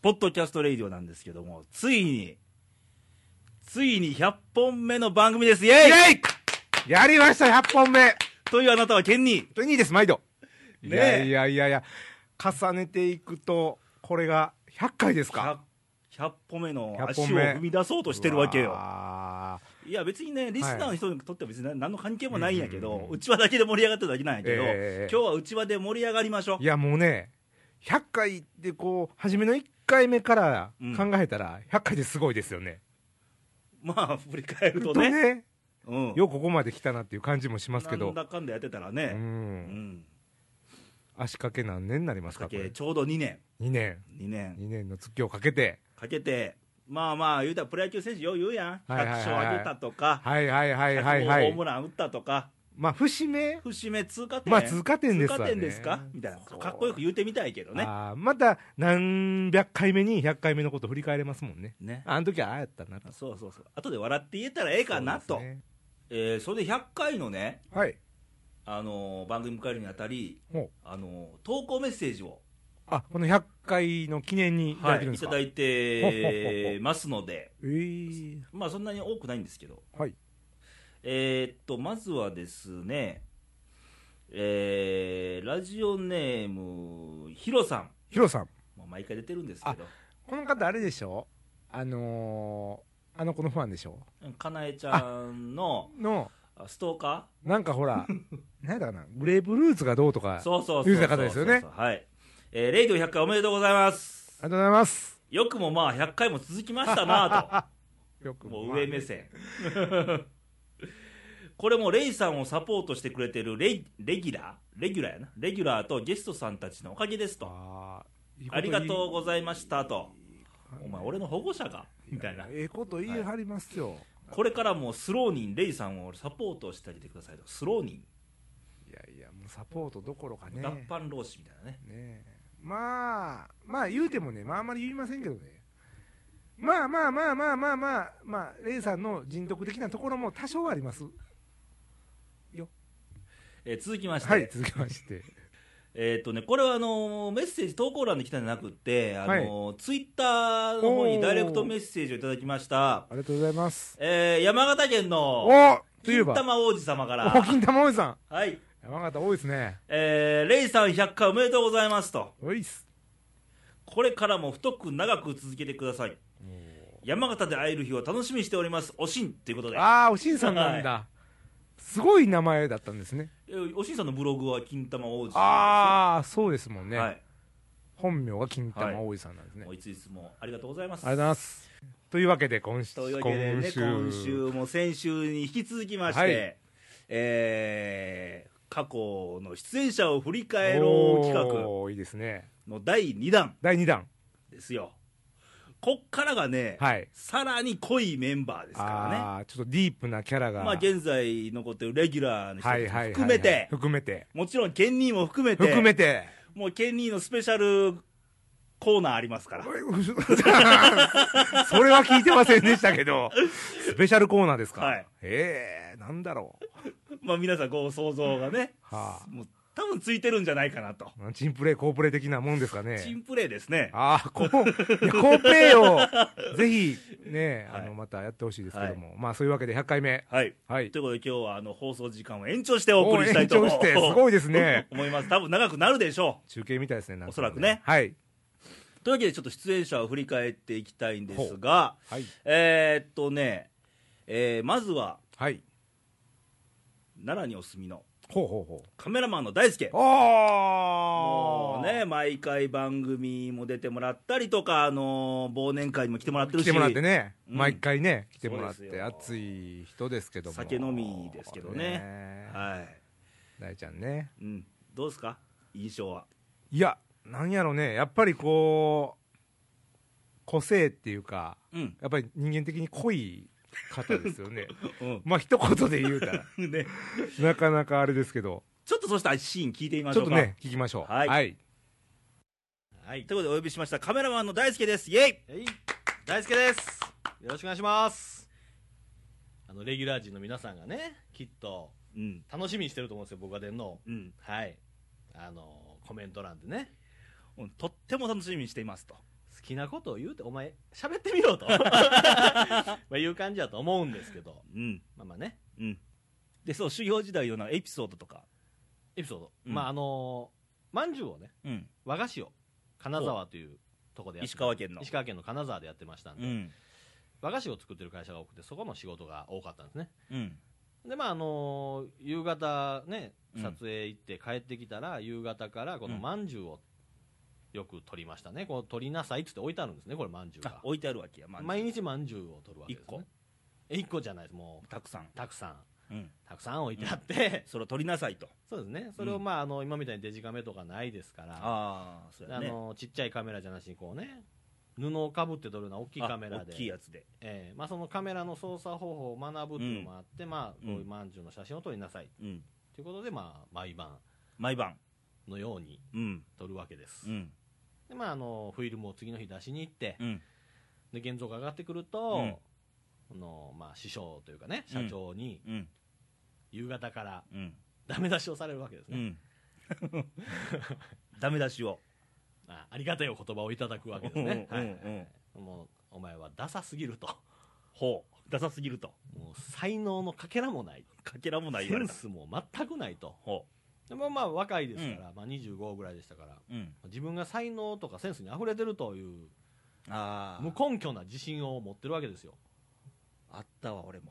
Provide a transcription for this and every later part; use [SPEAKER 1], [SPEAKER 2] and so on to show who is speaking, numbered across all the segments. [SPEAKER 1] ポッドキャストレイディオなんですけども、ついに、ついに100本目の番組です。イェイ
[SPEAKER 2] イェイやりました、100本目
[SPEAKER 1] というあなたはケンニー。
[SPEAKER 2] といいです、毎度。
[SPEAKER 1] ねえ
[SPEAKER 2] いやいやいやいや、重ねていくと、これが100回ですか。
[SPEAKER 1] 100 100歩目の
[SPEAKER 2] 100
[SPEAKER 1] 足を
[SPEAKER 2] 本目
[SPEAKER 1] 踏み出そうとしてるわけ
[SPEAKER 2] う
[SPEAKER 1] よ。
[SPEAKER 2] わ
[SPEAKER 1] いや別にね、リスナーの人にとっては別に何の関係もないんやけ
[SPEAKER 2] うんうん
[SPEAKER 1] ど
[SPEAKER 2] う、ん
[SPEAKER 1] うちわだけで盛り上がってるだけなんやけど、
[SPEAKER 2] ええ
[SPEAKER 1] 今日はうちわで盛り上がりましょう
[SPEAKER 2] ーい。や、もうね、100回ってこう、初めの1回目から
[SPEAKER 1] うん
[SPEAKER 2] 考えたら、100回ですごいですよね。
[SPEAKER 1] まあ、振り返ると
[SPEAKER 2] と
[SPEAKER 1] ね。
[SPEAKER 2] ね、
[SPEAKER 1] うん。
[SPEAKER 2] よくここまで来たなっていう感じもしますけ
[SPEAKER 1] な
[SPEAKER 2] ど
[SPEAKER 1] ん、だかんだやってたら
[SPEAKER 2] う、
[SPEAKER 1] ね。うんん。
[SPEAKER 2] 足掛け何年になります
[SPEAKER 1] か
[SPEAKER 2] か、こ
[SPEAKER 1] け
[SPEAKER 2] れ。
[SPEAKER 1] ちょうど2年。
[SPEAKER 2] 2年、
[SPEAKER 1] 2年。
[SPEAKER 2] 2年の月をかけて、
[SPEAKER 1] かけて、まあまあ、言うたらプロ野球選手よう言うやん。
[SPEAKER 2] はいはいはい
[SPEAKER 1] 100勝挙げたとか、
[SPEAKER 2] はいはいはいはいは
[SPEAKER 1] 100号ホー
[SPEAKER 2] い
[SPEAKER 1] ム。ラン打ったとか、
[SPEAKER 2] まあ、節目、
[SPEAKER 1] 節目通過点。
[SPEAKER 2] まあ、通過点ですわ
[SPEAKER 1] 通過
[SPEAKER 2] ね。
[SPEAKER 1] 点ですかみたいな。
[SPEAKER 2] そう
[SPEAKER 1] かっこよく言うてみたいけどね。
[SPEAKER 2] あーまた何百回目に100回目のこと振り返れますもんね
[SPEAKER 1] ね。
[SPEAKER 2] あの時はああやったなと
[SPEAKER 1] そうそうそう。後で笑って言えたらええかな
[SPEAKER 2] そ
[SPEAKER 1] と。
[SPEAKER 2] うですね
[SPEAKER 1] えーそれで100回のね、
[SPEAKER 2] はい
[SPEAKER 1] あのー番組迎えるにあたり、
[SPEAKER 2] ほう
[SPEAKER 1] あのー投稿メッセージを、
[SPEAKER 2] あこの100回の記念にいただいてるんで
[SPEAKER 1] い
[SPEAKER 2] す
[SPEAKER 1] た
[SPEAKER 2] か、
[SPEAKER 1] だい
[SPEAKER 2] ほうほうほうほ
[SPEAKER 1] て
[SPEAKER 2] う
[SPEAKER 1] ますので、
[SPEAKER 2] えー
[SPEAKER 1] まあそんなに多くないんですけど、
[SPEAKER 2] はい
[SPEAKER 1] えーっと、まずはですね、えーラジオネーム、ヒロさん。
[SPEAKER 2] ヒロさん
[SPEAKER 1] もう毎回出てるんですけど、
[SPEAKER 2] この方あれでしょあのー、あの子のファンでしょ
[SPEAKER 1] かなえちゃんの
[SPEAKER 2] の
[SPEAKER 1] あストーカ
[SPEAKER 2] なんかほ らなんだかなグレープフルーツがどうとかあ
[SPEAKER 1] ー
[SPEAKER 2] りがとう
[SPEAKER 1] そうそうそうそう。
[SPEAKER 2] 有名な方ですよね
[SPEAKER 1] はい。えーレイド100回おめでとうございます。
[SPEAKER 2] ございます
[SPEAKER 1] よくもまあ100回も続きましたな
[SPEAKER 2] よ
[SPEAKER 1] と。
[SPEAKER 2] く
[SPEAKER 1] もう上目線。 これもレイさんをサポートしてくれてるレイレギュラーレギュラーやな。レギュラーとゲストさんたちのおかげですと。
[SPEAKER 2] あーいいこと
[SPEAKER 1] ありがとうございましたと。
[SPEAKER 2] 言い
[SPEAKER 1] お前、俺の保護者かみたいな。
[SPEAKER 2] ええこと言いはりますよ、
[SPEAKER 1] これからもスローニン、レイさんをサポートしてあげてくださいと。スローニ
[SPEAKER 2] い、やいやもうサポートどころか
[SPEAKER 1] ン、
[SPEAKER 2] ね
[SPEAKER 1] 脱藩老子みたいなね。
[SPEAKER 2] ねえまあまあ言うてもねまああんまり言いませんけどねまあまあまあまあまあまあまあレイさんの人徳的なところも多少はあります
[SPEAKER 1] えー続きまして、
[SPEAKER 2] はい続きまして
[SPEAKER 1] えーっとね、これはあのーメッセージ投稿欄に来たんじゃなくって、あのーツイッターの方にダイレクトメッセージをいただきました
[SPEAKER 2] あ、りがとうございます
[SPEAKER 1] えー山形県
[SPEAKER 2] お
[SPEAKER 1] の
[SPEAKER 2] といえ
[SPEAKER 1] 金
[SPEAKER 2] ば
[SPEAKER 1] 玉王子様か
[SPEAKER 2] お
[SPEAKER 1] ら、
[SPEAKER 2] 金玉おじさ
[SPEAKER 1] はい
[SPEAKER 2] ん山形多いですね
[SPEAKER 1] えーレイさん100回おめでとうございますと、
[SPEAKER 2] おいっす
[SPEAKER 1] これからも太く長く続けてください、山形で会える日を楽しみにしております、おしんということで、
[SPEAKER 2] ああおしんさんなんだ、すごい名前だったんですね
[SPEAKER 1] えーおしんさんのブログは金玉王子様
[SPEAKER 2] ああそうですもんね、
[SPEAKER 1] ですよはい
[SPEAKER 2] 本名が金玉おじさんなんですね、
[SPEAKER 1] もういついつもありがとうございます。
[SPEAKER 2] ありがとうございますというわけで今週
[SPEAKER 1] というわけでね、今週も先週に引き続きまして、
[SPEAKER 2] はい
[SPEAKER 1] えー過去の出演者を振り返ろう企画
[SPEAKER 2] おーいいですね
[SPEAKER 1] の第2弾
[SPEAKER 2] 第2弾
[SPEAKER 1] ですよ。こっからがね、
[SPEAKER 2] はい
[SPEAKER 1] さらに濃いメンバーですからね。
[SPEAKER 2] あーちょっとディープなキャラが、
[SPEAKER 1] まあ現在残ってるレギュラーの人
[SPEAKER 2] はいはい
[SPEAKER 1] た
[SPEAKER 2] はいは
[SPEAKER 1] ち
[SPEAKER 2] い
[SPEAKER 1] も含めて、
[SPEAKER 2] 含めて
[SPEAKER 1] もちろんケンニーも含めて、
[SPEAKER 2] 含めて
[SPEAKER 1] もうケンニーのスペシャルコーナーありますから。
[SPEAKER 2] それは聞いてませんでしたけどスペシャルコーナーですか、
[SPEAKER 1] はい
[SPEAKER 2] ええー、なんだろう
[SPEAKER 1] まあ皆さんご想像がね、
[SPEAKER 2] は
[SPEAKER 1] もう多分ついてるんじゃないかなと。
[SPEAKER 2] あチンプレーコープレー的なもんですか
[SPEAKER 1] チ
[SPEAKER 2] ね
[SPEAKER 1] ンプレーですね。
[SPEAKER 2] ああこういやコープレーをぜひね、
[SPEAKER 1] はい
[SPEAKER 2] あのまたやってほしいですけども、まあそういうわけで100回目
[SPEAKER 1] はい。
[SPEAKER 2] はい
[SPEAKER 1] ということで今日はあの放送時間を延長してお送りしたいと
[SPEAKER 2] お延長してすごいですね
[SPEAKER 1] 思います多分長くなるでしょ
[SPEAKER 2] 中継みたいですねなんか
[SPEAKER 1] おそらくね
[SPEAKER 2] はい、
[SPEAKER 1] うというわけでちょっと出演者を振り返っていきたいんですが
[SPEAKER 2] はい
[SPEAKER 1] えー、っとね、えーまずは
[SPEAKER 2] はい、
[SPEAKER 1] 奈良にお住みの
[SPEAKER 2] ほうほうほう
[SPEAKER 1] カメラマンの大輔
[SPEAKER 2] あ
[SPEAKER 1] も
[SPEAKER 2] あ
[SPEAKER 1] うね毎回番組も出てもらったりとか、あのー忘年会にも来てもらってる
[SPEAKER 2] 来
[SPEAKER 1] して
[SPEAKER 2] もらってね、
[SPEAKER 1] うん
[SPEAKER 2] 毎回ね来てもらっ
[SPEAKER 1] そうです
[SPEAKER 2] て
[SPEAKER 1] よ
[SPEAKER 2] 熱い人ですけども
[SPEAKER 1] 酒飲みですけどね
[SPEAKER 2] え
[SPEAKER 1] は
[SPEAKER 2] 大ちゃんね
[SPEAKER 1] い、うん、どうですか印象はい
[SPEAKER 2] やなんやろねやっぱりこう個性っていうか
[SPEAKER 1] うん
[SPEAKER 2] やっぱり人間的に濃い方です よね
[SPEAKER 1] うん
[SPEAKER 2] まあ一言で言うたら
[SPEAKER 1] ね、
[SPEAKER 2] なかなかあれですけど
[SPEAKER 1] ちょっとそうしたらシーン聞いてみまし
[SPEAKER 2] ち
[SPEAKER 1] ょ
[SPEAKER 2] ょっ
[SPEAKER 1] う
[SPEAKER 2] と
[SPEAKER 1] か
[SPEAKER 2] ね聞きましょう
[SPEAKER 1] はい
[SPEAKER 2] はい、
[SPEAKER 1] はい、ということでお呼びしましたカメラマンの大輔ですイエイ
[SPEAKER 3] はい、大輔です。よろしくお願いします。あのレギュラー陣の皆さんがね、きっと
[SPEAKER 1] うん
[SPEAKER 3] 楽しみにしてると思うんですよ、僕が出んの。
[SPEAKER 1] うん、
[SPEAKER 3] はい。あのコメント欄でね。
[SPEAKER 1] とっても楽しみにしていますと
[SPEAKER 3] 好きなことを言うて、お前、喋ってみろと。 まあいう感じだと思うんですけど。
[SPEAKER 1] うん
[SPEAKER 3] まあまあね。
[SPEAKER 1] うんでそう修行時代のようなエピソードとか
[SPEAKER 3] エピソード。
[SPEAKER 1] うん
[SPEAKER 3] まああのー、まんじゅうをね、
[SPEAKER 1] うん
[SPEAKER 3] 和菓子を、金沢というとこでやって
[SPEAKER 1] 石川県の
[SPEAKER 3] 石川県の金沢でやってましたん
[SPEAKER 1] う
[SPEAKER 3] で、
[SPEAKER 1] ん
[SPEAKER 3] 和菓子を作ってる会社が多くて、そこの仕事が多かったんですね。
[SPEAKER 1] うん
[SPEAKER 3] でまああのー夕方ね
[SPEAKER 1] うん
[SPEAKER 3] 撮影行って帰ってきたら、夕方からこの
[SPEAKER 1] うん
[SPEAKER 3] まんじゅうをよく撮りましたね、こう撮りなさいっつって置いてあるんですねこれまんじゅう
[SPEAKER 1] あ
[SPEAKER 3] が
[SPEAKER 1] 置いてあるわけやまあ
[SPEAKER 3] 毎日まんじゅうを撮るわけです、
[SPEAKER 1] 一個
[SPEAKER 3] ね、え一個じゃないですも
[SPEAKER 1] たくさん
[SPEAKER 3] うたくさん
[SPEAKER 1] うん
[SPEAKER 3] たくさん置いてあって、
[SPEAKER 1] それを取りなさいと
[SPEAKER 3] そうですねそれをまああの今みたいにデジカメとかないですから、
[SPEAKER 1] ああそう
[SPEAKER 3] で
[SPEAKER 1] や
[SPEAKER 3] あ
[SPEAKER 1] ね
[SPEAKER 3] のーちっちゃいカメラじゃなしにこうね布をかぶって撮るような大きいカメラ
[SPEAKER 1] あ
[SPEAKER 3] で
[SPEAKER 1] 大きいやつで
[SPEAKER 3] ええまあ、そのカメラの操作方法を学ぶっていうのもあって、まあ、こういうまんじゅうの写真を撮りなさい
[SPEAKER 1] うん
[SPEAKER 3] ということで、まあ、毎晩
[SPEAKER 1] 毎晩
[SPEAKER 3] のように
[SPEAKER 1] うん
[SPEAKER 3] 撮るわけです、
[SPEAKER 1] うん
[SPEAKER 3] でまあ、あのフィルムを次の日出しに行って、
[SPEAKER 1] うん
[SPEAKER 3] で現像が上がってくると、
[SPEAKER 1] うん
[SPEAKER 3] このまあ、師匠というかね
[SPEAKER 1] う
[SPEAKER 3] 社
[SPEAKER 1] ん
[SPEAKER 3] 長に
[SPEAKER 1] うん
[SPEAKER 3] 夕方から
[SPEAKER 1] うん
[SPEAKER 3] ダメ出しをされるわけです
[SPEAKER 1] う
[SPEAKER 3] ね、
[SPEAKER 1] ん ダメ出しを
[SPEAKER 3] あありがたいお言葉をいただくわけですね、
[SPEAKER 1] うん
[SPEAKER 3] はい
[SPEAKER 1] うん
[SPEAKER 3] もうお前はダサすぎると
[SPEAKER 1] ほうダサすぎると
[SPEAKER 3] もう才能のかけらもない
[SPEAKER 1] かけらもない
[SPEAKER 3] セ
[SPEAKER 1] 言われ
[SPEAKER 3] ン
[SPEAKER 1] た
[SPEAKER 3] スも全くないと
[SPEAKER 1] ほ
[SPEAKER 3] でもまあ若いですから、まあ、25ぐらいでしたから
[SPEAKER 1] ううん
[SPEAKER 3] 自分が才能とかセンスに溢れてるという
[SPEAKER 1] あ
[SPEAKER 3] 無
[SPEAKER 1] あ
[SPEAKER 3] 根拠な自信を持ってるわけですよ
[SPEAKER 1] あったわ俺も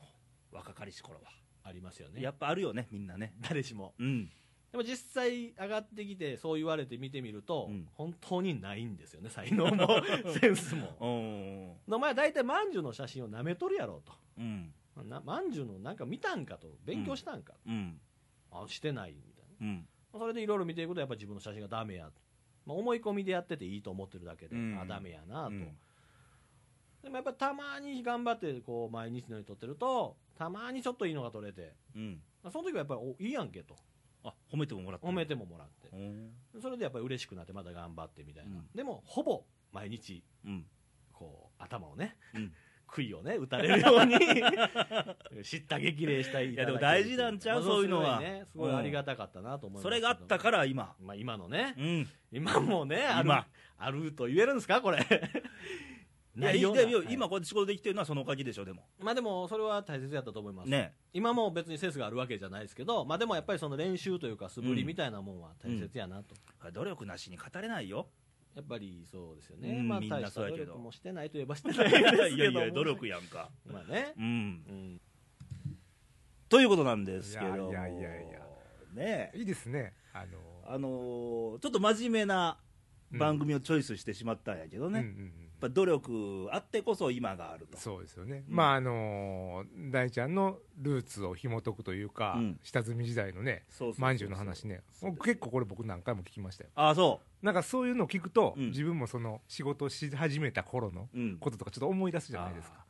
[SPEAKER 1] 若かりし頃は
[SPEAKER 3] ありますよね
[SPEAKER 1] やっぱあるよねみんなね
[SPEAKER 3] 誰しも
[SPEAKER 1] うん
[SPEAKER 3] でも実際上がってきてそう言われて見てみると、
[SPEAKER 1] うん
[SPEAKER 3] 本当にないんですよね才能 もセンスも
[SPEAKER 1] うん
[SPEAKER 3] お前は大体まんじゅうの写真をなめとるやろう
[SPEAKER 1] うん
[SPEAKER 3] となまんじゅうのなんか見たんかと勉強したんか、
[SPEAKER 1] うん
[SPEAKER 3] あしてないみたい
[SPEAKER 1] うん
[SPEAKER 3] なそれでいろいろ見ていくとやっぱ自分の写真がダメやと、まあ、思い込みでやってていいと思ってるだけで、
[SPEAKER 1] うん
[SPEAKER 3] あダメやなと、
[SPEAKER 1] うん
[SPEAKER 3] でもやっぱたまに頑張ってこう毎日のように撮ってるとたまにちょっといいのが撮れて
[SPEAKER 1] うん
[SPEAKER 3] まあその時はやっぱりおいいやんけと
[SPEAKER 1] あ褒めてももらった
[SPEAKER 3] 褒めてももらって
[SPEAKER 1] うん
[SPEAKER 3] それでやっぱり嬉しくなってまた頑張ってみたいな、
[SPEAKER 1] うん
[SPEAKER 3] でもほぼ毎日
[SPEAKER 1] うん
[SPEAKER 3] こう頭をね、
[SPEAKER 1] うん
[SPEAKER 3] 杭をね打たれるように 知った激励したい
[SPEAKER 1] いやでも大事なんちゃうそういうのは
[SPEAKER 3] ねすごいありがたかったなと思います、
[SPEAKER 1] それがあったからら今
[SPEAKER 3] まあ、今のね
[SPEAKER 1] うん
[SPEAKER 3] 今もねある
[SPEAKER 1] 今
[SPEAKER 3] あると言えるんですかこれ
[SPEAKER 1] いや
[SPEAKER 3] ないようない
[SPEAKER 1] やいや
[SPEAKER 3] はい
[SPEAKER 1] 今こうやって仕事できてるのはそのおかげでしょでも
[SPEAKER 3] まあでもそれは大切やったと思います、
[SPEAKER 1] ね
[SPEAKER 3] 今も別にセンスがあるわけじゃないですけど、まあ、でもやっぱりその練習というか素振りみたいなもんは大切やなと、
[SPEAKER 1] 努力なしに語れないよ
[SPEAKER 3] やっぱりそうですよね、
[SPEAKER 1] うん
[SPEAKER 3] まあ
[SPEAKER 1] みんな
[SPEAKER 3] 大した
[SPEAKER 1] そうや
[SPEAKER 3] 努
[SPEAKER 1] けど
[SPEAKER 3] 力もしてないといえばして
[SPEAKER 1] い
[SPEAKER 3] ないですけど
[SPEAKER 1] や
[SPEAKER 3] も
[SPEAKER 1] い やいや努力やんか
[SPEAKER 3] まあね、
[SPEAKER 1] うん
[SPEAKER 3] うん、
[SPEAKER 1] ということなんですけども
[SPEAKER 2] いやいやいやいや
[SPEAKER 1] ねえ
[SPEAKER 2] いいですね。あの
[SPEAKER 1] あのーちょっと真面目な番組をチョイスしてしまったんやけど
[SPEAKER 2] うん
[SPEAKER 1] ね、
[SPEAKER 2] うん
[SPEAKER 1] やっ
[SPEAKER 2] うん
[SPEAKER 1] ぱ努力あってこそ今があると
[SPEAKER 2] そうですよね。
[SPEAKER 1] うん
[SPEAKER 2] まああの大ちゃんのルーツを紐解くというか、
[SPEAKER 1] うん
[SPEAKER 2] 下積み時代のね、
[SPEAKER 1] そうそうそう
[SPEAKER 2] まんじゅうの話ね。もう結構これ僕何回も聞きましたよ。
[SPEAKER 1] ああそ
[SPEAKER 2] なんかそういうのを聞くと、
[SPEAKER 1] うん
[SPEAKER 2] 自分もその仕事をし始めた頃の
[SPEAKER 1] う、うん、
[SPEAKER 2] こととかちょっと思い出すじゃないですか。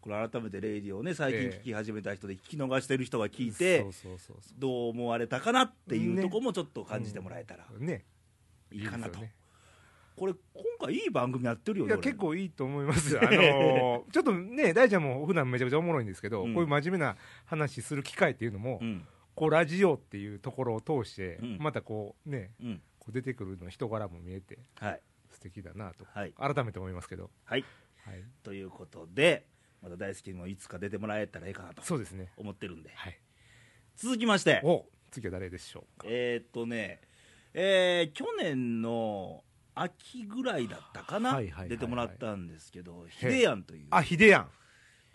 [SPEAKER 1] これ改めてレイディをね最近
[SPEAKER 2] ええ
[SPEAKER 1] 聞き始めた人で聞き逃してる人が聞いて、
[SPEAKER 2] そうそうそうそ
[SPEAKER 1] どう思われたかなっていう
[SPEAKER 2] ね
[SPEAKER 1] とこもちょっと感じてもらえたら
[SPEAKER 2] う。ね。
[SPEAKER 1] いいかなと、
[SPEAKER 2] ですよね
[SPEAKER 1] これ今回いい番組やってるよ
[SPEAKER 2] い
[SPEAKER 1] ね
[SPEAKER 2] や
[SPEAKER 1] 俺
[SPEAKER 2] 結構いいと思います よ、あのーちょっとね、大ちゃんも普段めちゃくちゃおもろいんですけど、
[SPEAKER 1] うん
[SPEAKER 2] こういう真面目な話する機会っていうのも、
[SPEAKER 1] うん
[SPEAKER 2] こうラジオっていうところを通して、
[SPEAKER 1] うん
[SPEAKER 2] またこうね、
[SPEAKER 1] うん
[SPEAKER 2] こう出てくるの人柄も見えて、
[SPEAKER 1] はい
[SPEAKER 2] 素敵だなと、
[SPEAKER 1] はい
[SPEAKER 2] 改めて思いますけど、
[SPEAKER 1] はい
[SPEAKER 2] はい、
[SPEAKER 1] ということでまた大好きにもいつか出てもらえたらいいかなと
[SPEAKER 2] そうですね、
[SPEAKER 1] 思ってるんで
[SPEAKER 2] はい、
[SPEAKER 1] 続きまして
[SPEAKER 2] お次は誰でしょうか、
[SPEAKER 1] えー、っとねえー去年の秋ぐらいだったかな、
[SPEAKER 2] はいはいはいはい
[SPEAKER 1] 出てもらったんですけどヒデヤンという
[SPEAKER 2] あヒデヤン、
[SPEAKER 1] ヒ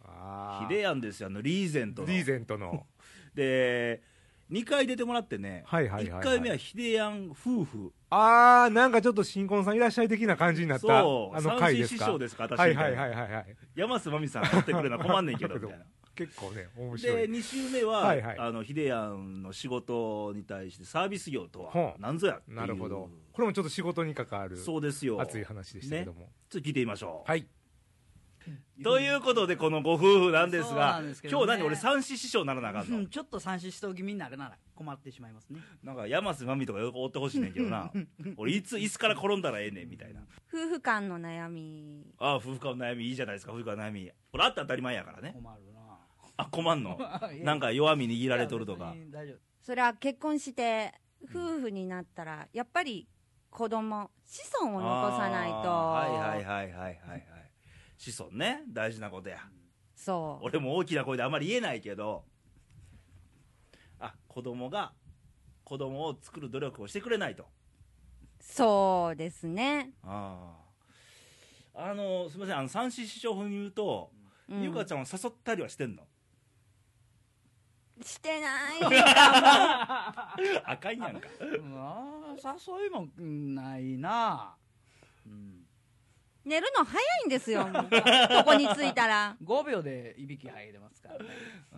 [SPEAKER 2] あ
[SPEAKER 1] デヤンですよあのリーゼントの
[SPEAKER 2] リーゼントの、
[SPEAKER 1] で2回出てもらってね、
[SPEAKER 2] はいはいはいはい
[SPEAKER 1] 1回目はヒデヤン夫婦
[SPEAKER 2] あー、なんかちょっと新婚さんいらっしゃい的な感じになった、
[SPEAKER 1] そう
[SPEAKER 2] あの回です
[SPEAKER 1] 三
[SPEAKER 2] か、
[SPEAKER 1] 振師匠ですか私
[SPEAKER 2] はい
[SPEAKER 1] みた
[SPEAKER 2] はいい
[SPEAKER 1] な
[SPEAKER 2] はいはいはい、
[SPEAKER 1] 山瀬まみさんやってくれな困んね んけどみたいな
[SPEAKER 2] 結構ね、面白
[SPEAKER 1] で
[SPEAKER 2] い。
[SPEAKER 1] 2週目は、
[SPEAKER 2] はいはい
[SPEAKER 1] あのヒデヤンの仕事に対してサービス業とは
[SPEAKER 2] ほう
[SPEAKER 1] 何ぞやっていう
[SPEAKER 2] なるほど。これもちょっと仕事に関わる
[SPEAKER 1] そうですよ
[SPEAKER 2] 熱い話でしたけど
[SPEAKER 1] ね、
[SPEAKER 2] も。
[SPEAKER 1] ちょっと聞いてみましょう、
[SPEAKER 2] はい。
[SPEAKER 1] ということでこのご夫婦なんです
[SPEAKER 4] そう
[SPEAKER 1] が
[SPEAKER 4] なんですけど
[SPEAKER 1] 今
[SPEAKER 4] ね
[SPEAKER 1] 日何俺三子師匠にならなあかん
[SPEAKER 4] う
[SPEAKER 1] の
[SPEAKER 4] んちょっと三種死闘気味になるなら困ってしまいますね
[SPEAKER 1] なんか山瀬まみとかよく追ってほしいねんけ どな俺いつ椅子から転んだらええねんみたいな
[SPEAKER 5] 夫婦間の悩み
[SPEAKER 1] ああ夫婦間の悩みいいじゃないですか夫婦間の悩みこれあって当たり前やからね
[SPEAKER 4] 困るな
[SPEAKER 1] あ困んの
[SPEAKER 4] いや
[SPEAKER 1] なんか弱み握 られとるとか
[SPEAKER 4] いや別に大丈夫
[SPEAKER 5] それは結婚して夫婦になったらやっぱり子供子孫を残さないと、
[SPEAKER 1] あーはいはいはいはいはいはい子孫ね大事なことや
[SPEAKER 5] そう
[SPEAKER 1] 俺も大きな声であんまり言えないけどあ子供が子供を作る努力をしてくれないと
[SPEAKER 5] そうですね、
[SPEAKER 1] あああのすみませんあの三子師匠風に言うと、
[SPEAKER 5] うん
[SPEAKER 1] ゆかちゃんを誘ったりはしてんの
[SPEAKER 5] してない かも
[SPEAKER 1] あかんやんか
[SPEAKER 4] あー誘いもないな、うん、
[SPEAKER 5] 寝るの早いんですよもうここに着いたら
[SPEAKER 4] 5秒でいびき入れますから ね
[SPEAKER 1] うん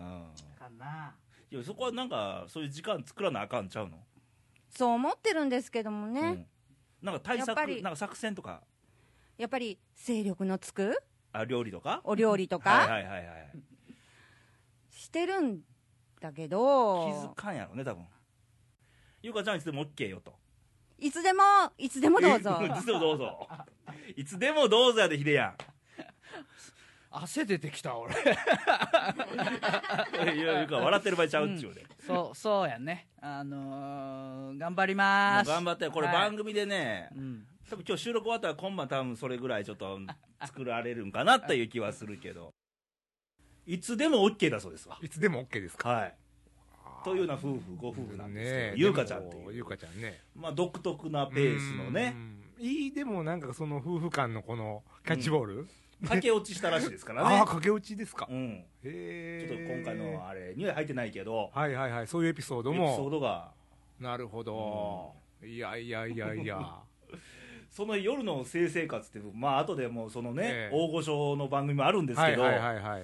[SPEAKER 4] かない
[SPEAKER 1] やそこはなんかそういう時間作らなあかんちゃうの
[SPEAKER 5] そう思ってるんですけどもね、
[SPEAKER 1] うんなんか対
[SPEAKER 5] やっぱ
[SPEAKER 1] 策
[SPEAKER 5] り
[SPEAKER 1] なんか作戦とか
[SPEAKER 5] やっぱり精力のつく
[SPEAKER 1] あ料理とか
[SPEAKER 5] お料理とか、
[SPEAKER 1] はいはいはいはい
[SPEAKER 5] してるんだけど
[SPEAKER 1] 気づかんやろね多分ゆかちゃんいつでも OK よと
[SPEAKER 5] いつでもいつでもど うぞ
[SPEAKER 1] いつでもどうぞいつでもどうぞやでヒデや
[SPEAKER 3] 汗出てきた俺
[SPEAKER 1] んいやゆか笑ってる場合ちゃうっちゅうで、
[SPEAKER 4] そうそうやねあのー、頑張り
[SPEAKER 1] も
[SPEAKER 4] ま
[SPEAKER 1] う
[SPEAKER 4] す
[SPEAKER 1] 頑張ってこれ
[SPEAKER 4] はい
[SPEAKER 1] 番組でね、
[SPEAKER 4] うん
[SPEAKER 1] 多分今日収録終わったら今晩多分それぐらいちょっと作られるんかなっていう気はするけどいつでも OK だそうですわ
[SPEAKER 2] いつでも OK ですか
[SPEAKER 1] はいというような夫婦ご夫婦なんですけど、
[SPEAKER 2] ねえ
[SPEAKER 1] ゆうかちゃんって
[SPEAKER 2] でも
[SPEAKER 1] い
[SPEAKER 2] ゆう
[SPEAKER 1] う、
[SPEAKER 2] かちゃんね
[SPEAKER 1] まあ、独特なペースのね
[SPEAKER 2] うんいいでもなんかその夫婦間のこのキャッチボール、
[SPEAKER 1] 駆け落ちしたらしいですから
[SPEAKER 2] ああ
[SPEAKER 1] ね
[SPEAKER 2] 駆け落ちですか、
[SPEAKER 1] うんちょっと今
[SPEAKER 2] へ
[SPEAKER 1] 回
[SPEAKER 2] え
[SPEAKER 1] のあれ匂い入ってないけど
[SPEAKER 2] はいはいはいそういうエピソー
[SPEAKER 1] エ
[SPEAKER 2] ド
[SPEAKER 1] ピソー
[SPEAKER 2] も
[SPEAKER 1] ドが
[SPEAKER 2] なるほど、いやいやいやいや
[SPEAKER 1] その夜の性生活ってまあ後でもうそのね、
[SPEAKER 2] ええ
[SPEAKER 1] 大御所の番組もあるんです
[SPEAKER 2] は
[SPEAKER 1] け
[SPEAKER 2] い
[SPEAKER 1] ど、
[SPEAKER 2] はいはいはい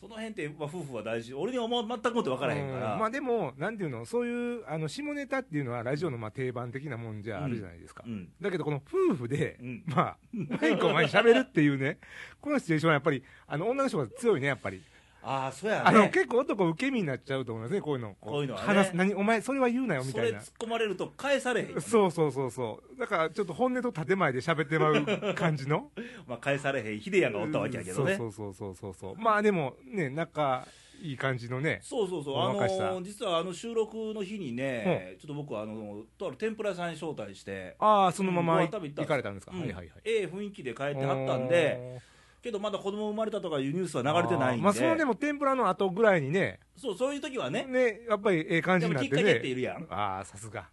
[SPEAKER 1] その辺って、まあ、夫婦は大事俺にはもう全くもって分からへんから、
[SPEAKER 2] うんまあでもなんていうのそういうあの下ネタっていうのはラジオのまあ定番的なもんじゃあるじゃないですか、
[SPEAKER 1] うん
[SPEAKER 2] だけどこの夫婦で、
[SPEAKER 1] うん
[SPEAKER 2] まあ何個前に喋るっていうねこのシチュエーションはやっぱりあの女の人が強いねやっぱり
[SPEAKER 1] ああそうや
[SPEAKER 2] あの
[SPEAKER 1] ね
[SPEAKER 2] 結構男受け身になっちゃうと思いますねこういうの
[SPEAKER 1] こういうのはね
[SPEAKER 2] 話す何お前それは言うなよみ
[SPEAKER 1] そ
[SPEAKER 2] た
[SPEAKER 1] れ
[SPEAKER 2] いな
[SPEAKER 1] 突っ込まれると返されへんよね、
[SPEAKER 2] そうそうそうそうだからちょっと本音と建前で喋ってまう感じの
[SPEAKER 1] まあ、返されへんヒデヤンがおったわけやけどね、
[SPEAKER 2] そうそうそうそうそうそうまあでもね仲いい感じのね
[SPEAKER 1] そうそうそう、あ
[SPEAKER 2] ごまかした
[SPEAKER 1] のー実はあの収録の日にね、ちょっと僕はあのとある天ぷら屋さんに招待して、
[SPEAKER 2] ああそのまま
[SPEAKER 1] うん
[SPEAKER 2] い
[SPEAKER 1] ご飯食べ行った
[SPEAKER 2] 行かれたんですか、
[SPEAKER 1] うん
[SPEAKER 2] はいはいはい
[SPEAKER 1] ええ雰囲気で帰ってはったんで、けどまだ子供生まれたとかいうニュースは
[SPEAKER 2] おー
[SPEAKER 1] 流れてないんで、
[SPEAKER 2] まあそのでも天ぷらの後ぐらいにね
[SPEAKER 1] そうそういう時はね、
[SPEAKER 2] ねやっぱりええ感じ
[SPEAKER 1] で
[SPEAKER 2] にな
[SPEAKER 1] も
[SPEAKER 2] っ
[SPEAKER 1] きってかけってい
[SPEAKER 2] ね
[SPEAKER 1] るやん、
[SPEAKER 2] ああさすが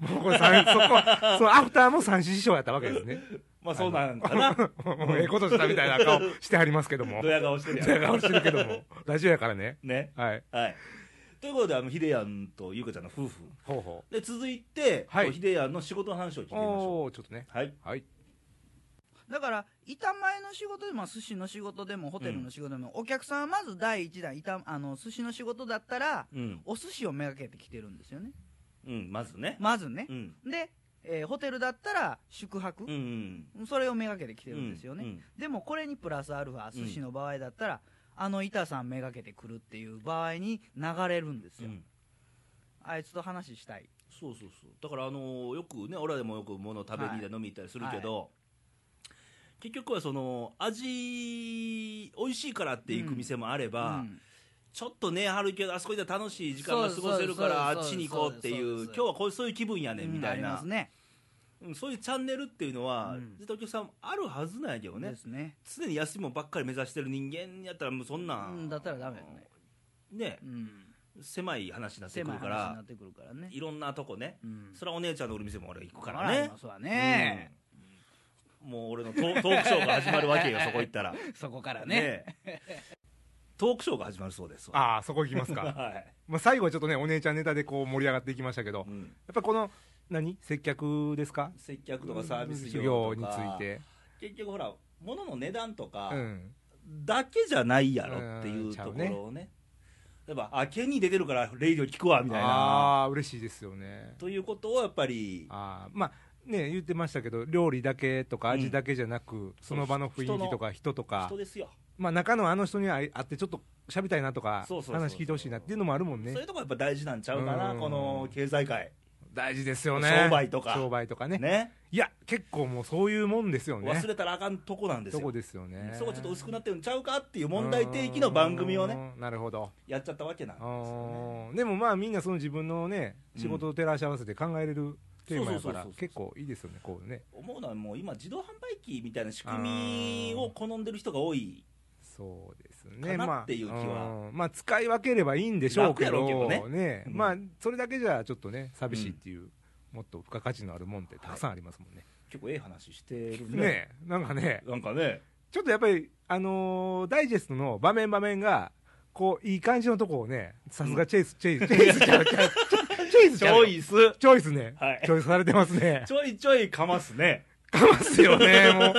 [SPEAKER 2] もうこれ三そこそのアフターも三子師匠やったわけですね
[SPEAKER 1] まあそうなんかな、
[SPEAKER 2] もうええことしたみたいな顔してはりますけど も
[SPEAKER 1] ドヤ顔してる
[SPEAKER 2] ドヤ
[SPEAKER 1] や
[SPEAKER 2] 顔
[SPEAKER 1] ん。
[SPEAKER 2] してるけどもラジオやからね
[SPEAKER 1] ね、
[SPEAKER 2] はい
[SPEAKER 1] はいということで、あのヒデヤンとゆうかちゃんの夫婦、
[SPEAKER 2] ほうほ
[SPEAKER 1] で続いて、
[SPEAKER 2] はい
[SPEAKER 1] こうヒデヤンの仕事の話を聞いて
[SPEAKER 2] う
[SPEAKER 1] みましょ
[SPEAKER 2] おおーちょっとね
[SPEAKER 1] う。はい
[SPEAKER 2] はい
[SPEAKER 4] だから板前の仕事でも寿司の仕事でもホテルの仕事でも、お客さんはまず第一弾板あの寿司の仕事だったら
[SPEAKER 1] うん、
[SPEAKER 4] お寿司をめがけてきてるんですよね
[SPEAKER 1] うん、まずね、
[SPEAKER 4] まずね
[SPEAKER 1] う、ん、
[SPEAKER 4] で、えーホテルだったら宿泊
[SPEAKER 1] うん、う、ん、
[SPEAKER 4] それをめがけてきてる
[SPEAKER 1] うん
[SPEAKER 4] ですよね、
[SPEAKER 1] ん
[SPEAKER 4] でもこれにプラスアルファ
[SPEAKER 1] うん
[SPEAKER 4] 寿司の場合だったら、あの板さんめがけてくるっていう場合に流れるんです
[SPEAKER 1] う
[SPEAKER 4] よ、
[SPEAKER 1] ん
[SPEAKER 4] あいつと話したい
[SPEAKER 1] そうそうそうだからあのーよくね俺らでもよく物を食べに行ったり飲みに行ったりするけど、結局はその味美味しいからって行く店もあれば、
[SPEAKER 4] うん
[SPEAKER 1] ちょっとね春けどあそこ行ったら楽しい時間が過ごせるからあ
[SPEAKER 4] そう
[SPEAKER 1] っ
[SPEAKER 4] です
[SPEAKER 1] ちに行こうってい
[SPEAKER 4] そう
[SPEAKER 1] う
[SPEAKER 4] ですそうです
[SPEAKER 1] 今日はこういうそういう気分やねんみたい
[SPEAKER 4] うんありま
[SPEAKER 1] な
[SPEAKER 4] す、ね
[SPEAKER 1] うんそういうチャンネルっていうのは、
[SPEAKER 4] うん
[SPEAKER 1] 絶対お客さんあるはずなんやけどね
[SPEAKER 4] ですね
[SPEAKER 1] 常に安いもんばっかり目指してる人間やったらもうそんな
[SPEAKER 4] うん
[SPEAKER 1] ん
[SPEAKER 4] だったらダメですね、
[SPEAKER 1] ね
[SPEAKER 4] うん、
[SPEAKER 1] 狭い話になってく
[SPEAKER 4] 狭い
[SPEAKER 1] るか
[SPEAKER 4] 話にな
[SPEAKER 1] ら
[SPEAKER 4] ってくるからね
[SPEAKER 1] いろんなとこね、
[SPEAKER 4] うん
[SPEAKER 1] それはお姉ちゃんのおる店も俺は行くから
[SPEAKER 4] あ
[SPEAKER 1] ね
[SPEAKER 4] らそうだね、
[SPEAKER 1] うんもう俺のトートークショーが始まるわけよそこ行ったら
[SPEAKER 4] そこからね
[SPEAKER 1] えトークショーが始まるそうですわ
[SPEAKER 2] ああそこ行きます か
[SPEAKER 1] はい、
[SPEAKER 2] まあ最後はちょっとねお姉ちゃんネタでこう盛り上がっていきましたけど、
[SPEAKER 1] う
[SPEAKER 2] やっ
[SPEAKER 1] ん
[SPEAKER 2] ぱこの何接客ですか
[SPEAKER 1] 接客とかサービス業とか
[SPEAKER 2] について
[SPEAKER 1] 結局ほら物の値段とか
[SPEAKER 2] うん
[SPEAKER 1] だけじゃないやろっていう
[SPEAKER 2] うん
[SPEAKER 1] と
[SPEAKER 2] ちゃ
[SPEAKER 1] こ
[SPEAKER 2] うね
[SPEAKER 1] ろをね例えば「あ県に出てるからレイディオ聞くわ」みたいな
[SPEAKER 2] ああー嬉しいですよね
[SPEAKER 1] ということをやっぱり
[SPEAKER 2] ああまあね言ってましたけど料理だけとか
[SPEAKER 1] うん
[SPEAKER 2] 味だけじゃなく、その場の雰囲気とか人とか
[SPEAKER 1] 人ですよ
[SPEAKER 2] まあ中のあの人に会い会ってちょっと喋りたいなとか
[SPEAKER 1] そうそうそうそう
[SPEAKER 2] 話聞いてほしいなっていうのもあるもん
[SPEAKER 1] そうい
[SPEAKER 2] ね
[SPEAKER 1] うとこやっぱ大事なんちゃうかな
[SPEAKER 2] うん
[SPEAKER 1] この経済界
[SPEAKER 2] 大事ですよね
[SPEAKER 1] 商売とか
[SPEAKER 2] 商売とかね
[SPEAKER 1] ね
[SPEAKER 2] いや結構もうそういうもんですよね
[SPEAKER 1] 忘れたらあかんとこなんです
[SPEAKER 2] と
[SPEAKER 1] よ
[SPEAKER 2] こですよね
[SPEAKER 1] そこちょっと薄くなってるんちゃうかっていう問題提起の番組をね、
[SPEAKER 2] うんなるほど
[SPEAKER 1] やっちゃったわけなんですよね。
[SPEAKER 2] うんでもまあみんなその自分のね仕事と照らし合わせて考えれるテーマやか
[SPEAKER 1] そうそうそう
[SPEAKER 2] ら
[SPEAKER 1] そう
[SPEAKER 2] 結構いいですよねこうね
[SPEAKER 1] 思うのはもう今自動販売機みたいな仕組みを好んでる人が多い
[SPEAKER 2] そうですね
[SPEAKER 1] かな
[SPEAKER 2] まあ
[SPEAKER 1] っていう気は
[SPEAKER 2] うんまあ使い分ければいいんでしょうけど
[SPEAKER 1] 楽やろうけど
[SPEAKER 2] ね
[SPEAKER 1] うん
[SPEAKER 2] まあそれだけじゃちょっとね寂しいっていう、もっと付加価値のあるもんってたくさんありますもんね、
[SPEAKER 1] 結構ええ話してるね
[SPEAKER 2] ねえなんかね
[SPEAKER 1] なんかね
[SPEAKER 2] ちょっとやっぱりあのーダイジェストの場面場面がこういい感じのとこをねさすがチェイスチェイスチェイスちゃうちゃうチェイス
[SPEAKER 1] チ
[SPEAKER 2] ちゃう
[SPEAKER 1] ョ
[SPEAKER 2] よ
[SPEAKER 1] イス
[SPEAKER 2] チョイスね、
[SPEAKER 1] はい
[SPEAKER 2] チョイスされてますね
[SPEAKER 1] ちょいちょいかますね
[SPEAKER 2] かますよね、もう。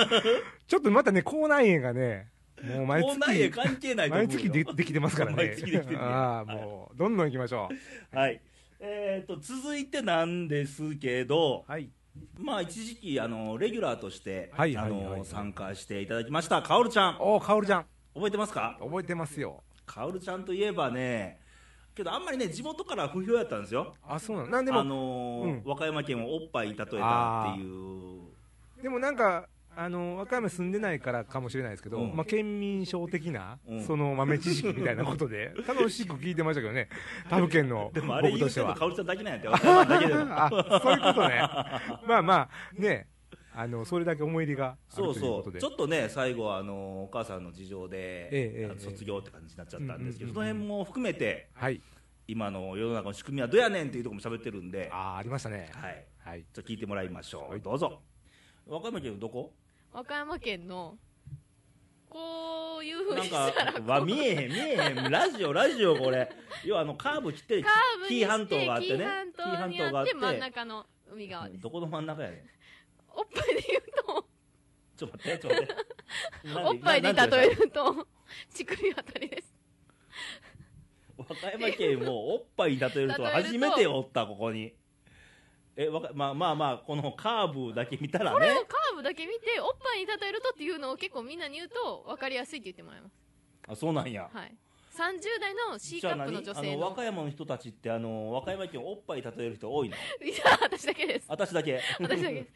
[SPEAKER 2] ちょっとまたね、口内炎がね、もう毎
[SPEAKER 1] こんなん
[SPEAKER 2] 月、
[SPEAKER 1] 関係ないと思う
[SPEAKER 2] 毎
[SPEAKER 1] よ
[SPEAKER 2] 月でできてますからね。
[SPEAKER 1] 毎月できてるね
[SPEAKER 2] ああ、もう、どんどん行きましょ
[SPEAKER 1] はいえー、と続いてなんですけど、
[SPEAKER 2] う。はい。
[SPEAKER 1] まあ、一時期あのレギュラーとして、
[SPEAKER 2] はいはいはい
[SPEAKER 1] あの参加していただきましたカオルちゃん
[SPEAKER 2] おお、かおるちゃん。
[SPEAKER 1] 覚えてますか
[SPEAKER 2] 覚えてますよ。
[SPEAKER 1] カオルちゃんといえばねけどあんまりね地元から不評やったんですよ
[SPEAKER 2] あ、そうなの。なんで
[SPEAKER 1] あ
[SPEAKER 2] も、
[SPEAKER 1] のー
[SPEAKER 2] うん
[SPEAKER 1] 和歌山県をおっぱいに例えたっていう
[SPEAKER 2] でもなんか、あの、和歌山住んでないからかもしれないですけど、
[SPEAKER 1] うん
[SPEAKER 2] まあ、県民省的な
[SPEAKER 1] うん、
[SPEAKER 2] その豆知識みたいなこと で、楽しく聞いてましたけどね、他府県の
[SPEAKER 1] でもあれ
[SPEAKER 2] 僕
[SPEAKER 1] 言
[SPEAKER 2] と
[SPEAKER 1] う
[SPEAKER 2] して
[SPEAKER 1] てんの
[SPEAKER 2] は。
[SPEAKER 1] カオルちゃんだけなんやって和歌山だけでも
[SPEAKER 2] あ、そういうことね。まあまあ、ね、あの、それだけ思い入れがある
[SPEAKER 1] そう
[SPEAKER 2] というこ
[SPEAKER 1] そ
[SPEAKER 2] と
[SPEAKER 1] う
[SPEAKER 2] で。
[SPEAKER 1] ちょっとね最後はあのお母さんの事情で、
[SPEAKER 2] ええええ
[SPEAKER 1] あの卒業って感じになっちゃったんですけど、
[SPEAKER 2] うんうんうん
[SPEAKER 1] その辺も含めて
[SPEAKER 2] はい。
[SPEAKER 1] 今の世の中の仕組みはどうやねんっていうところも喋ってるんで、
[SPEAKER 2] ああ、ありましたね。
[SPEAKER 1] はい、
[SPEAKER 2] はい。
[SPEAKER 1] ちょっと聞いてもらいましょう、
[SPEAKER 2] はい
[SPEAKER 1] どうぞ和歌山県のどこ
[SPEAKER 6] 和歌山県のこういうふう
[SPEAKER 1] な
[SPEAKER 6] に
[SPEAKER 1] ん
[SPEAKER 6] したら
[SPEAKER 1] かわ見えへん見えへんラジオラジオこれ要はあのカーブ切ってる
[SPEAKER 6] カーブに
[SPEAKER 1] 紀伊半
[SPEAKER 6] して
[SPEAKER 1] 島があってね
[SPEAKER 6] 紀伊半島に
[SPEAKER 1] 紀伊半島が
[SPEAKER 6] あ
[SPEAKER 1] あ
[SPEAKER 6] っ
[SPEAKER 1] ってて
[SPEAKER 6] 真ん中の海側です
[SPEAKER 1] どこの真ん中やねん
[SPEAKER 6] おっぱいで言う
[SPEAKER 1] ちょっと待ってちょっと 待って
[SPEAKER 6] とおっぱいで
[SPEAKER 1] なんて
[SPEAKER 6] 例えると乳首あたりです
[SPEAKER 1] 和歌山県をおっぱいに例えるとは初めておったここにえわかまあまあまあこのカーブだけ見たら
[SPEAKER 6] これを
[SPEAKER 1] ね
[SPEAKER 6] カーブだけ見ておっぱいに例えるとっていうのを結構みんなに言うと分かりやすいって言ってもらえます
[SPEAKER 1] あそうなんや、
[SPEAKER 6] はい30代の C カップの女
[SPEAKER 1] あ
[SPEAKER 6] 性
[SPEAKER 1] の和
[SPEAKER 6] の
[SPEAKER 1] 歌山の人たちってあの和歌山県をおっぱいに例える人多い の
[SPEAKER 6] いや私だけです
[SPEAKER 1] 私だけ
[SPEAKER 6] 私だけです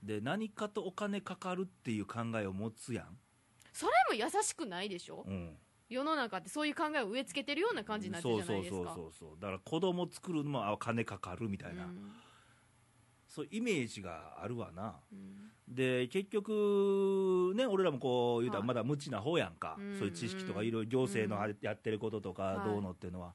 [SPEAKER 1] で何かとお金かかるっていう考えを持つやん、
[SPEAKER 6] それも優しくないでしょ
[SPEAKER 1] うん、
[SPEAKER 6] 世の中ってそういう考えを植え付けてるような感じになってるじゃないですか
[SPEAKER 1] そうそうそうそうだから子供作るのは金かかるみたいな、
[SPEAKER 6] うん
[SPEAKER 1] そういうイメージがあるわな
[SPEAKER 6] うん
[SPEAKER 1] で結局ね俺らもこう言うたら
[SPEAKER 6] はい
[SPEAKER 1] まだ無知な方やんか、
[SPEAKER 6] うん
[SPEAKER 1] そういう知識とかいろいろ行政のあれやってることと
[SPEAKER 6] は
[SPEAKER 1] か
[SPEAKER 6] い
[SPEAKER 1] どうのっていうのは、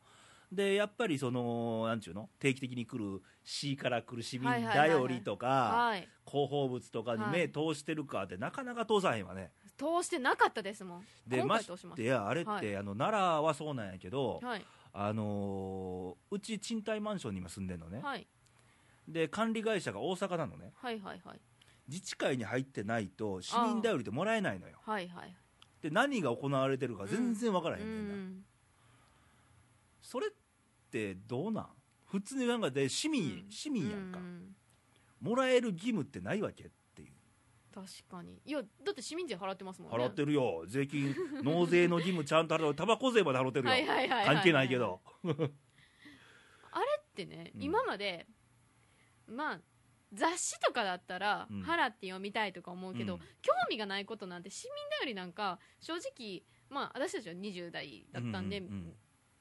[SPEAKER 1] でやっぱりそのなんちゅうの定期的に来る市から来る市民
[SPEAKER 6] はいはいはいはい
[SPEAKER 1] 頼りとか、
[SPEAKER 6] はい
[SPEAKER 1] 広報物とかに目通してるかってなかなか通さへんわね
[SPEAKER 6] 通してなかったですもん
[SPEAKER 1] で
[SPEAKER 6] 今
[SPEAKER 1] ま
[SPEAKER 6] 回
[SPEAKER 1] し
[SPEAKER 6] 通します
[SPEAKER 1] てやあれって、
[SPEAKER 6] はい
[SPEAKER 1] あの奈良はそうなんやけど、
[SPEAKER 6] はい
[SPEAKER 1] あのーうち賃貸マンションに今住んでんのね、
[SPEAKER 6] はい
[SPEAKER 1] で管理会社が大阪なのね
[SPEAKER 6] はいはいはい
[SPEAKER 1] 自治会に入ってないと市民頼りってもらえないのよ
[SPEAKER 6] はいはい
[SPEAKER 1] で何が行われてるか全然分からへん
[SPEAKER 6] う
[SPEAKER 1] ねんな、
[SPEAKER 6] ん
[SPEAKER 1] それってどうなん普通になんかで市民、
[SPEAKER 6] うん
[SPEAKER 1] 市民やんか、
[SPEAKER 6] うん
[SPEAKER 1] もらえる義務ってないわけっていう
[SPEAKER 6] 確かにいやだって市民税払ってますもんね
[SPEAKER 1] 払ってるよ税金納税の義務ちゃんと払うタバコ税まで払ってるよ、
[SPEAKER 6] はいはいはいは
[SPEAKER 1] 関係ないけど、
[SPEAKER 6] あれってね、
[SPEAKER 1] うん
[SPEAKER 6] 今までまあ雑誌とかだったら
[SPEAKER 1] うん
[SPEAKER 6] 払って読みたいとか思うけど、
[SPEAKER 1] うん
[SPEAKER 6] 興味がないことなんて市民頼りなんか正直まあ私たちは20代だったんで、
[SPEAKER 1] うううん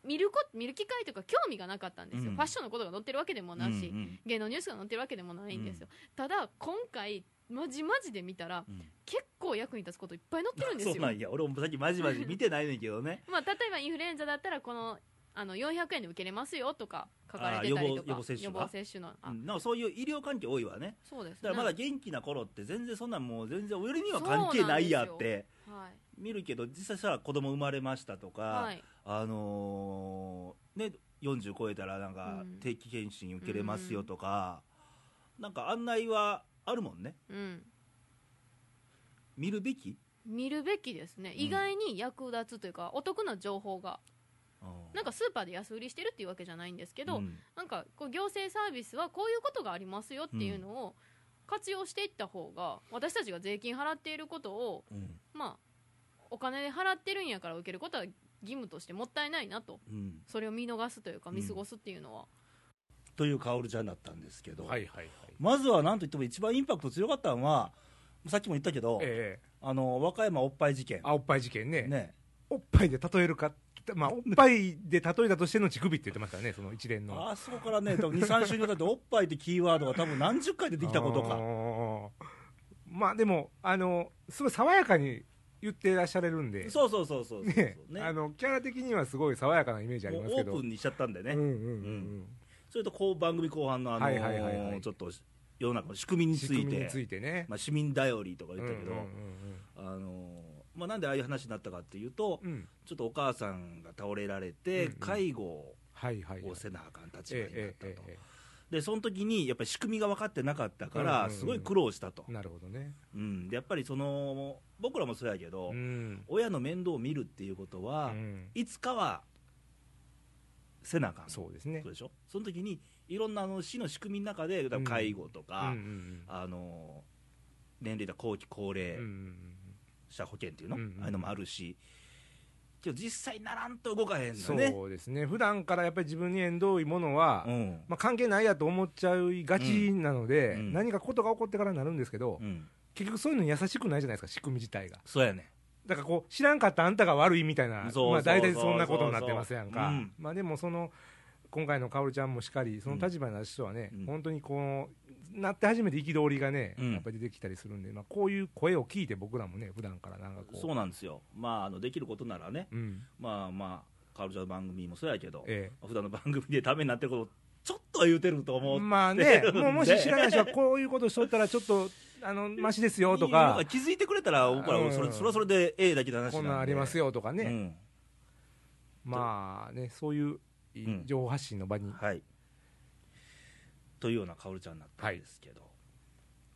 [SPEAKER 6] 見るこ見る機会とか興味がなかったんですよ、
[SPEAKER 1] うん
[SPEAKER 6] ファッションのことが載ってるわけでもなし、
[SPEAKER 1] うんうん
[SPEAKER 6] 芸能ニュースが載ってるわけでもないんですよ、ただ今回マジマジで見たら
[SPEAKER 1] うん
[SPEAKER 6] 結構役に立つこといっぱい載ってるんです
[SPEAKER 1] そ
[SPEAKER 6] よ
[SPEAKER 1] うなんや俺もさっきまじまじ見てないねんけどね
[SPEAKER 6] まあ、例えばインフルエンザだったらこのあの400円で受けれますよとか書か
[SPEAKER 1] あー
[SPEAKER 6] れて
[SPEAKER 1] 予
[SPEAKER 6] た
[SPEAKER 1] 防
[SPEAKER 6] りとか
[SPEAKER 1] 予防接種が
[SPEAKER 6] 接種のあ、
[SPEAKER 1] うんなんかそういう医療関係多いわね
[SPEAKER 6] そうです
[SPEAKER 1] だ
[SPEAKER 6] ね
[SPEAKER 1] からまだ元気な頃って全然そんなんもう全然俺には関係ないや
[SPEAKER 6] そ
[SPEAKER 1] っ
[SPEAKER 6] うなんで
[SPEAKER 1] て見るけど実際さ子供生まれましたとか、
[SPEAKER 6] はい、はい、
[SPEAKER 1] あのーね、40超えたらなんか
[SPEAKER 6] うん
[SPEAKER 1] 定期検診受けれますよとか、なんか案内はあるもんね
[SPEAKER 6] うん
[SPEAKER 1] 見るべき、
[SPEAKER 6] 見るべきですね
[SPEAKER 1] ん
[SPEAKER 6] 意外に役立つというか、お得な情報が
[SPEAKER 1] う
[SPEAKER 6] なんかスーパーで安売りしてるっていうわけじゃないんですけど、
[SPEAKER 1] うん
[SPEAKER 6] なんかこう行政サービスはこういうことがありますよっていうのを活用していった方が私たちが税金払っていることを
[SPEAKER 1] うん
[SPEAKER 6] まあお金で払ってるんやから受けることは義務としてもったいないなと
[SPEAKER 1] うん
[SPEAKER 6] それを見逃すというか
[SPEAKER 1] うん
[SPEAKER 6] 見過ごすっていうのは、
[SPEAKER 1] という薫ちゃんだったんですけど、
[SPEAKER 2] はいはいはい。
[SPEAKER 1] まずはなんといっても一番インパクト強かったのはさっきも言ったけど、
[SPEAKER 2] ええ
[SPEAKER 1] あの和歌山おっぱい事件
[SPEAKER 2] あおっぱい事件ね。
[SPEAKER 1] ね
[SPEAKER 2] おっぱいで例えるかってまあ、おっぱいで例えたとしての乳首って言ってましたね、その一連の。
[SPEAKER 7] あそこからね、多分2、3週にわたって、おっぱいってキーワードが多分何十回出てきたこと
[SPEAKER 2] あ
[SPEAKER 7] か。
[SPEAKER 2] ー。まあでも、あの、すごい爽やかに言ってらっしゃれるんで、
[SPEAKER 7] そうそうそうそうそうそう。
[SPEAKER 2] ね
[SPEAKER 7] ね
[SPEAKER 2] あのキャラ的にはすごい爽やかなイメージあ
[SPEAKER 1] も
[SPEAKER 2] り
[SPEAKER 1] う
[SPEAKER 2] ます
[SPEAKER 1] オ
[SPEAKER 2] け
[SPEAKER 1] ー
[SPEAKER 2] ど。
[SPEAKER 1] プンにしちゃったんでね、
[SPEAKER 2] うんうんうん
[SPEAKER 1] それとこう番組後半の、あの
[SPEAKER 2] は
[SPEAKER 1] ー
[SPEAKER 2] いはいはいはい
[SPEAKER 1] ちょっと世の中の仕組み
[SPEAKER 2] うん。
[SPEAKER 1] に
[SPEAKER 2] 仕
[SPEAKER 1] つい
[SPEAKER 2] 組み
[SPEAKER 1] て
[SPEAKER 2] に、ついてね。
[SPEAKER 1] まあ、市民頼りとか言ったけど、
[SPEAKER 2] うんうん
[SPEAKER 1] あのーまあ、なんでああいう話になったかっていうと、
[SPEAKER 2] うんうんうん
[SPEAKER 1] ちょっとお母さんが倒れられ
[SPEAKER 2] う
[SPEAKER 1] て、
[SPEAKER 2] んうん
[SPEAKER 1] 介護を
[SPEAKER 2] はいはいはい。
[SPEAKER 1] せなあかん立場にな
[SPEAKER 2] え
[SPEAKER 1] ったと、
[SPEAKER 2] ええええ
[SPEAKER 1] でその時にやっぱり仕組みが分かってなかったか
[SPEAKER 2] うんうん
[SPEAKER 1] ら、
[SPEAKER 2] うん
[SPEAKER 1] すごい苦労したと
[SPEAKER 2] え、なるほどね。
[SPEAKER 1] うん、でやっぱりその僕らもそうやけど、
[SPEAKER 2] うん。
[SPEAKER 1] 親の面倒を見るっていうことは、
[SPEAKER 2] うん
[SPEAKER 1] いつかはせなあかん
[SPEAKER 2] そうですね
[SPEAKER 1] そう。でしょその時にいろんなあの市の仕組みの中で多分介護と
[SPEAKER 2] うん
[SPEAKER 1] か、
[SPEAKER 2] うん
[SPEAKER 1] あの年齢だ後期高齢
[SPEAKER 2] うんうんうん
[SPEAKER 1] 者保険っていうの、
[SPEAKER 2] うんうん
[SPEAKER 1] ああいうのもあるしけど実際ならんと動かへんのね
[SPEAKER 2] そうですね。普段からやっぱり自分に縁遠いものは、
[SPEAKER 1] ん
[SPEAKER 2] まあ、関係ないやと思っちゃいがちなので、
[SPEAKER 1] うんうん
[SPEAKER 2] 何かことが起こってからになるんですけど、
[SPEAKER 1] うん、
[SPEAKER 2] 結局そういうのに優しくないじゃないですか仕組み自体が
[SPEAKER 1] そうやね
[SPEAKER 2] だからこう知らんかったあんたが悪いみたいな
[SPEAKER 1] そうそう
[SPEAKER 2] まあ、大体そんなことになってますやんか、
[SPEAKER 1] そうそうそううん
[SPEAKER 2] まあ、でもその今回のかおるちゃんもしかりその立場になる人はね、
[SPEAKER 1] うん
[SPEAKER 2] 本当にこうなって初めて憤りがね、
[SPEAKER 1] うん
[SPEAKER 2] やっぱり出てきたりするんで、まあ、こういう声を聞いて僕らもね普段からなんかこう
[SPEAKER 1] そうなんですよまああのできることならね
[SPEAKER 2] うん
[SPEAKER 1] まあまあカルチャーの番組もそうやけど、
[SPEAKER 2] ええ
[SPEAKER 1] 普段の番組でためになってることちょっとは言うてると思う、
[SPEAKER 2] まあね
[SPEAKER 1] るんで
[SPEAKER 2] もうもし知らない人はこういうことしとったらちょっとあのマシですよと
[SPEAKER 1] い
[SPEAKER 2] か
[SPEAKER 1] いのが気づいてくれたら僕らはそれ,、
[SPEAKER 2] うん
[SPEAKER 1] それはそれでええだけの話なんで
[SPEAKER 2] こんなんありますよとかね、
[SPEAKER 1] うん
[SPEAKER 2] まあね、そういうい
[SPEAKER 1] うん
[SPEAKER 2] 情報発信の場に、
[SPEAKER 1] はい。というようなカオルちゃんになったんですけど、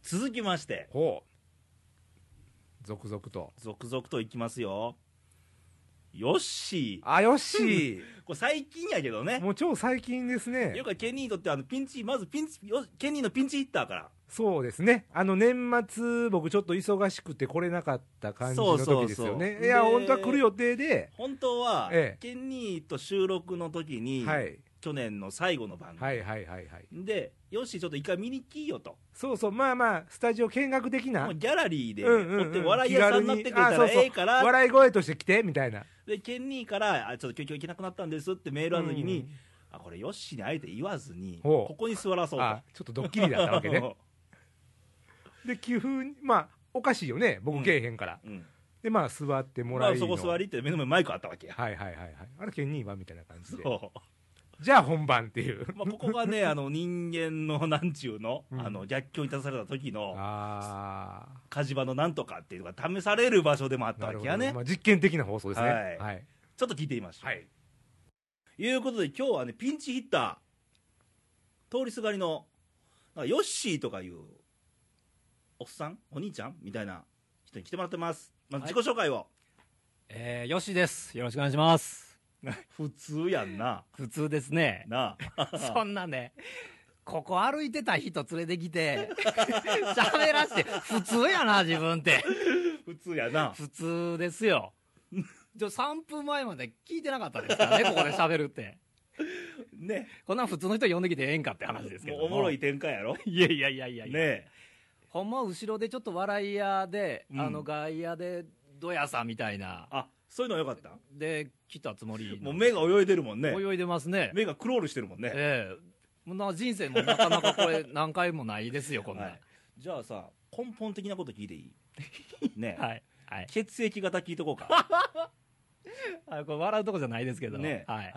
[SPEAKER 1] 続きまして、
[SPEAKER 2] ほう、続々と。
[SPEAKER 1] 続々といきますよ。ヨッシ
[SPEAKER 2] あ、よし、
[SPEAKER 1] ー。これ最近やけどね。
[SPEAKER 2] もう超最近ですね
[SPEAKER 1] よ。くケニーにとってあのピンチ、まずピンチ、よケニーのピンチヒッターから。
[SPEAKER 2] そうですね。あの、年末、僕ちょっと忙しくて来れなかった感じの時ですよね。
[SPEAKER 1] そうそうそう
[SPEAKER 2] いや、
[SPEAKER 1] で
[SPEAKER 2] 本当は来る予定で、
[SPEAKER 1] 本当は、
[SPEAKER 2] ええ
[SPEAKER 1] ケニーと収録の時に、
[SPEAKER 2] はい、
[SPEAKER 1] 去年の最後の番組。
[SPEAKER 2] はいはいはいはい。
[SPEAKER 1] で、ヨッシーちょっと一回見に来いよと。
[SPEAKER 2] そうそう、まあまあ、スタジオ見学的な
[SPEAKER 1] もう。ギャラリーで、
[SPEAKER 2] うんうんうん
[SPEAKER 1] おって笑い屋さんになってくれた
[SPEAKER 2] 気軽
[SPEAKER 1] ら
[SPEAKER 2] にあそうそう
[SPEAKER 1] ええから、
[SPEAKER 2] 笑い声として来て、みたいな。
[SPEAKER 1] で、ケニーから、あ、ちょっと今日行けなくなったんですってメールある時に、
[SPEAKER 2] うん
[SPEAKER 1] あこれヨッシーにあえて言わずに
[SPEAKER 2] ほう
[SPEAKER 1] ここに座らそうと
[SPEAKER 2] あ、ちょっとドッキリだったわけね。で、急に、まあ、おかしいよね。僕けえへんから。
[SPEAKER 1] うん
[SPEAKER 2] で、まあ、座っても
[SPEAKER 1] ま
[SPEAKER 2] らい
[SPEAKER 1] あ、
[SPEAKER 2] の
[SPEAKER 1] そこ座りって目の前にマイクあったわけや
[SPEAKER 2] はいはいはいはい。あれ、ケンニーはみたいな感じで。
[SPEAKER 1] そ
[SPEAKER 2] じゃあ本番っていう
[SPEAKER 1] う、。まあ、ここがねあの人間の なんちゅうの,、
[SPEAKER 2] うん
[SPEAKER 1] あの逆境に立たされた時の
[SPEAKER 2] ああ。
[SPEAKER 1] 火事場のなんとかっていうのが試される場所でもあった
[SPEAKER 2] な
[SPEAKER 1] わ
[SPEAKER 2] るほ
[SPEAKER 1] け
[SPEAKER 2] ど。
[SPEAKER 1] やね、
[SPEAKER 2] まあ、実験的な放送ですね。
[SPEAKER 1] はい
[SPEAKER 2] はい。
[SPEAKER 1] ちょっと聞いてみましょう、
[SPEAKER 2] はい。
[SPEAKER 1] いうことで今日はねピンチヒッター通りすがりのなんかヨッシーとかいうおっさんお兄ちゃんみたいな人に来てもらってますまず自己紹介を、
[SPEAKER 8] えー、よしです。よろしくお願いします。
[SPEAKER 1] 普通やんな。
[SPEAKER 8] 普通ですね
[SPEAKER 1] なあ
[SPEAKER 8] そんなね、ここ歩いてた人連れてきて、 喋らして、普通やな、自分って。
[SPEAKER 1] 普通やな
[SPEAKER 8] 普通ですよ。ちょ、3分前まで聞いてなかったですからね、ここで喋るって。
[SPEAKER 1] ね
[SPEAKER 8] こんなん普通の人呼んできてええんかって話ですけど
[SPEAKER 1] もうおもろい。展開やろ
[SPEAKER 8] いやいやいやいやいや。
[SPEAKER 1] ね
[SPEAKER 8] ほんま後ろでちょっと笑い屋で、
[SPEAKER 1] うん
[SPEAKER 8] あの外野で、どやさんみたいな。
[SPEAKER 1] あそういうのよかった
[SPEAKER 8] で、来たつもり。
[SPEAKER 1] もう目が泳いでるもんね
[SPEAKER 8] 泳いでますね。
[SPEAKER 1] 目がクロールしてるもんね、
[SPEAKER 8] ええもうな人生もなかなかこれ何回もないですよこんな
[SPEAKER 1] は
[SPEAKER 8] はいい、
[SPEAKER 1] じゃあさ根本的なこと聞いて いいね、
[SPEAKER 8] はいはい
[SPEAKER 1] 血液型聞いとこうか
[SPEAKER 8] あこれ笑うとこじゃないですけど、
[SPEAKER 1] ね
[SPEAKER 8] はい、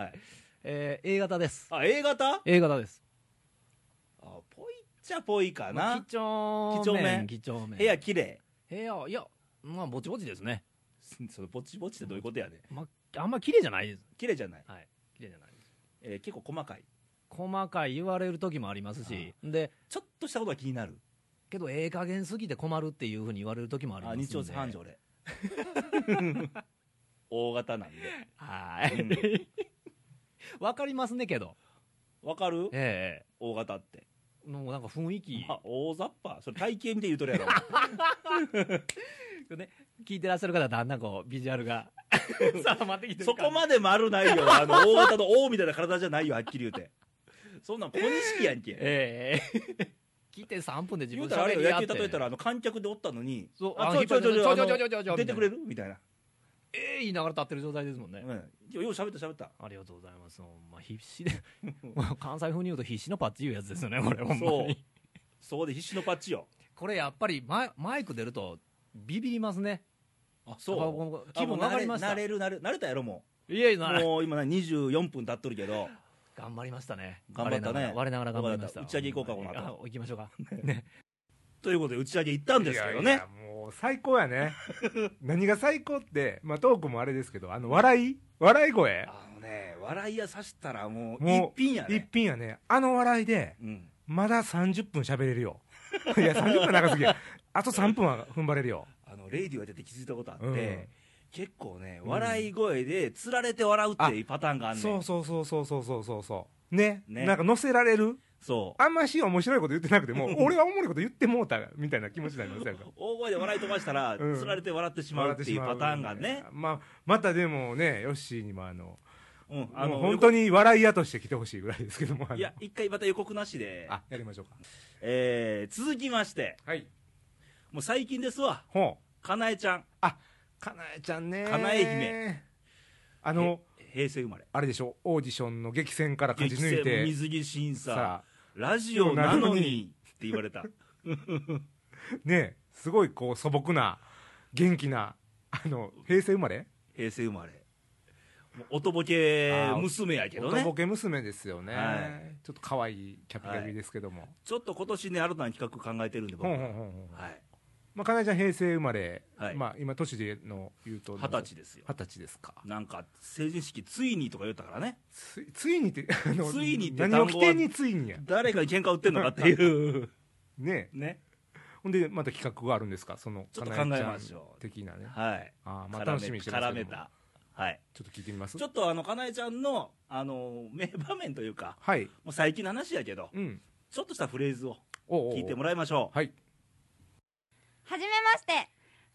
[SPEAKER 8] えー A 型です
[SPEAKER 1] あ A 型
[SPEAKER 8] A 型です
[SPEAKER 1] あぽいっちゃぽいか
[SPEAKER 8] まあ
[SPEAKER 1] な
[SPEAKER 8] 几帳面几帳面
[SPEAKER 1] 部屋綺麗
[SPEAKER 8] 部屋いやまあぼちぼちですね
[SPEAKER 1] そのぼちぼちってどういうことやね
[SPEAKER 8] まああんま綺麗じゃないです
[SPEAKER 1] 綺麗じゃない、
[SPEAKER 8] はい綺麗じゃないです
[SPEAKER 1] えー結構細かい
[SPEAKER 8] 細かい言われる時もありますしで
[SPEAKER 1] ちょっとしたことが気になる
[SPEAKER 8] けどええ加減すぎて困るっていうふうに言われる時もあり
[SPEAKER 1] あ
[SPEAKER 8] ますんで
[SPEAKER 1] 日常茶飯事 俺 大型なんで
[SPEAKER 8] はい、 わかりますねけど
[SPEAKER 1] わかる
[SPEAKER 8] え
[SPEAKER 1] 大型って
[SPEAKER 8] えもうなんか雰囲気
[SPEAKER 1] まあ、大雑把それ体型見て言うとるやろ
[SPEAKER 8] ね、聞いてらっしゃる方だんだんこうビジュアルが 定まってきてる
[SPEAKER 1] そこ
[SPEAKER 8] で
[SPEAKER 1] まで丸ないよあの大型の王みたいな体じゃないよはっきり言うてそんなん小錦やんけ
[SPEAKER 8] ええ聞いて3分で自
[SPEAKER 1] 言
[SPEAKER 8] 分
[SPEAKER 1] うたらあれよ
[SPEAKER 8] 喋り合っ
[SPEAKER 1] 野
[SPEAKER 8] て
[SPEAKER 1] 球例えたらあの観客でおったのに
[SPEAKER 8] そう
[SPEAKER 1] あ
[SPEAKER 8] あ
[SPEAKER 1] ちょ
[SPEAKER 8] の
[SPEAKER 1] いちょいちょい
[SPEAKER 8] 引っ張
[SPEAKER 1] ち
[SPEAKER 8] り出
[SPEAKER 1] ょい
[SPEAKER 8] してちょいちょいちょい
[SPEAKER 1] ちょい
[SPEAKER 8] ちょい
[SPEAKER 1] 出てくれるみたいな
[SPEAKER 8] ええ言いながら立ってる状態ですもんね。
[SPEAKER 1] うんよう喋った喋った
[SPEAKER 8] ありがとうございます。ほんま必死で、もう関西風に言うと必死のパッチいうやつですよね、これ、ほんま
[SPEAKER 1] そう
[SPEAKER 8] に。
[SPEAKER 1] そこで必死のパッチよ
[SPEAKER 8] これやっぱりママイク出るとビビりますね。
[SPEAKER 1] あ
[SPEAKER 8] やっぱこう
[SPEAKER 1] 気
[SPEAKER 8] 気
[SPEAKER 1] 分
[SPEAKER 8] 分上
[SPEAKER 1] 慣
[SPEAKER 8] が
[SPEAKER 1] れ
[SPEAKER 8] りました。
[SPEAKER 1] 慣
[SPEAKER 8] い
[SPEAKER 1] れる慣れ慣れたやろも
[SPEAKER 8] えいうな
[SPEAKER 1] もう今な24分経っとるけど
[SPEAKER 8] 頑張りましたね。
[SPEAKER 1] 頑張ったね
[SPEAKER 8] 我ながら我ながら頑張りました。
[SPEAKER 1] 打ち上げ行こうかこの後
[SPEAKER 8] あ行きましょうか。
[SPEAKER 1] ということで打ち上げ行ったんですけど
[SPEAKER 2] いやい
[SPEAKER 1] ね
[SPEAKER 2] やもう最高やね 何が最高って、まあ、トークもあれですけどあの笑い笑い声
[SPEAKER 1] あのね笑いやさしたらもう一
[SPEAKER 2] もう
[SPEAKER 1] 品や
[SPEAKER 2] 一
[SPEAKER 1] ね
[SPEAKER 2] 品やねあの笑いで
[SPEAKER 1] うん
[SPEAKER 2] まだ30分喋れるよ いや30分は長すぎるあと3分は踏ん張れるよ
[SPEAKER 1] あのレイディオやってて気づいたことあって、
[SPEAKER 2] うん
[SPEAKER 1] 結構ね笑い声でつられて笑うっていうパターンがあんねん
[SPEAKER 2] そうそうそうそうそうそうそうそうね
[SPEAKER 1] ね
[SPEAKER 2] なんか乗せられる
[SPEAKER 1] そう
[SPEAKER 2] あんまし面白いこと言ってなくて も俺はおもろいこと言ってもうたみたいな気持ちになりますやんか
[SPEAKER 1] 大声で笑い飛ばしたら、
[SPEAKER 2] うん
[SPEAKER 1] つられて笑ってしまうっていうパターンがね、
[SPEAKER 2] まあ、またでもねヨッシーにもあの
[SPEAKER 1] うん、
[SPEAKER 2] あ
[SPEAKER 1] あ
[SPEAKER 2] の
[SPEAKER 1] の
[SPEAKER 2] 本当に笑い屋として来てほしいぐらいですけどもあの
[SPEAKER 1] いや一回また予告なしで、
[SPEAKER 2] あやりましょうか
[SPEAKER 1] えー続きまして
[SPEAKER 2] はい
[SPEAKER 1] もう最近ですわ
[SPEAKER 2] ほう
[SPEAKER 1] かなえちゃん
[SPEAKER 2] かなえちゃんね
[SPEAKER 1] かなえ姫
[SPEAKER 2] あの
[SPEAKER 1] 平成生まれ
[SPEAKER 2] あれでしょオーディションの激戦から勝
[SPEAKER 1] 激
[SPEAKER 2] ち抜い
[SPEAKER 1] 戦
[SPEAKER 2] て
[SPEAKER 1] 水着審査
[SPEAKER 2] さ
[SPEAKER 1] ラジオなのにって言われた
[SPEAKER 2] あねすごいこう素朴な元気なあの平成生まれ
[SPEAKER 1] 平成生まれもうおぼけ娘やけど
[SPEAKER 2] おとぼ
[SPEAKER 1] ね
[SPEAKER 2] け娘ですよね、
[SPEAKER 1] は
[SPEAKER 2] ちょっと可愛いキャピキャピですけども、
[SPEAKER 1] ちょっと今年ね新たな企画考えてるんで僕
[SPEAKER 2] ほん
[SPEAKER 1] は
[SPEAKER 2] ほんほんほん
[SPEAKER 1] はい
[SPEAKER 2] まあ、かなえちゃん平成生まれ、
[SPEAKER 1] はい
[SPEAKER 2] まあ、今年での言うと
[SPEAKER 1] 二十歳ですよ
[SPEAKER 2] 二十歳ですか
[SPEAKER 1] なんか成人式ついにとか言ったからね
[SPEAKER 2] つついにってあの
[SPEAKER 1] ついにって単語
[SPEAKER 2] 何
[SPEAKER 1] は
[SPEAKER 2] を起点についにや
[SPEAKER 1] 誰かに喧嘩売ってんのかっていう
[SPEAKER 2] ね
[SPEAKER 1] ね
[SPEAKER 2] ほんでまた企画があるんですかその
[SPEAKER 1] ちょっと
[SPEAKER 2] かな
[SPEAKER 1] 考え
[SPEAKER 2] ちゃ
[SPEAKER 1] ま
[SPEAKER 2] ん
[SPEAKER 1] しょう
[SPEAKER 2] 的なね
[SPEAKER 1] はい
[SPEAKER 2] あーまあ
[SPEAKER 1] 絡
[SPEAKER 2] 楽しみにして
[SPEAKER 1] め
[SPEAKER 2] ます
[SPEAKER 1] 絡
[SPEAKER 2] け
[SPEAKER 1] め
[SPEAKER 2] ども
[SPEAKER 1] たはい
[SPEAKER 2] ちょっと聞いてみます
[SPEAKER 1] ちょっとあのかなえちゃんのあの名場面というか
[SPEAKER 2] はい
[SPEAKER 1] もう最近の話やけど
[SPEAKER 2] うん
[SPEAKER 1] ちょっとしたフレーズを
[SPEAKER 2] おうおうおう
[SPEAKER 1] 聞いてもらいましょ
[SPEAKER 2] はい
[SPEAKER 5] はじめまして、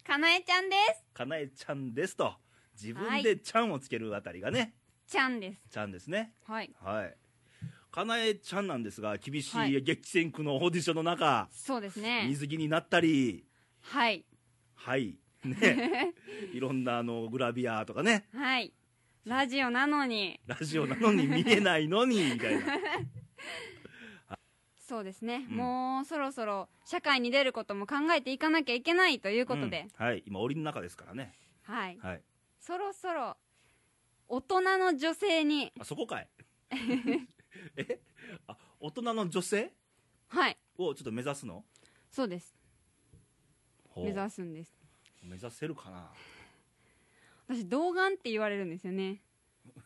[SPEAKER 5] かなえちゃんで
[SPEAKER 1] うかなえちゃんですと自分でちゃんをつけるあたりがね
[SPEAKER 5] す。ちゃんです。
[SPEAKER 1] ちゃんですね
[SPEAKER 5] はい。
[SPEAKER 1] はいかなえちゃんなんですが厳し
[SPEAKER 5] はい
[SPEAKER 1] い激戦区のオーディションの中
[SPEAKER 5] そうですね。
[SPEAKER 1] 水着になったり
[SPEAKER 5] はい。
[SPEAKER 1] はい ねいろんなあのグラビアとかね
[SPEAKER 5] はい。ラジオなのに、
[SPEAKER 1] ラジオなのに見えない のにみたいな
[SPEAKER 5] そうですね。
[SPEAKER 1] うん
[SPEAKER 5] もうそろそろ社会に出ることも考えていかなきゃいけないということで、
[SPEAKER 1] うんはい今檻の中ですからね
[SPEAKER 5] はい。
[SPEAKER 1] はい
[SPEAKER 5] そろそろ、大人の女性に、
[SPEAKER 1] あそ こかいえあ大人の女性
[SPEAKER 5] はい。
[SPEAKER 1] をちょっと目指すの
[SPEAKER 5] そうです。目
[SPEAKER 1] ほ
[SPEAKER 5] 指すんです。
[SPEAKER 1] う目指せるかな
[SPEAKER 5] 私、童顔って言われるんですよね。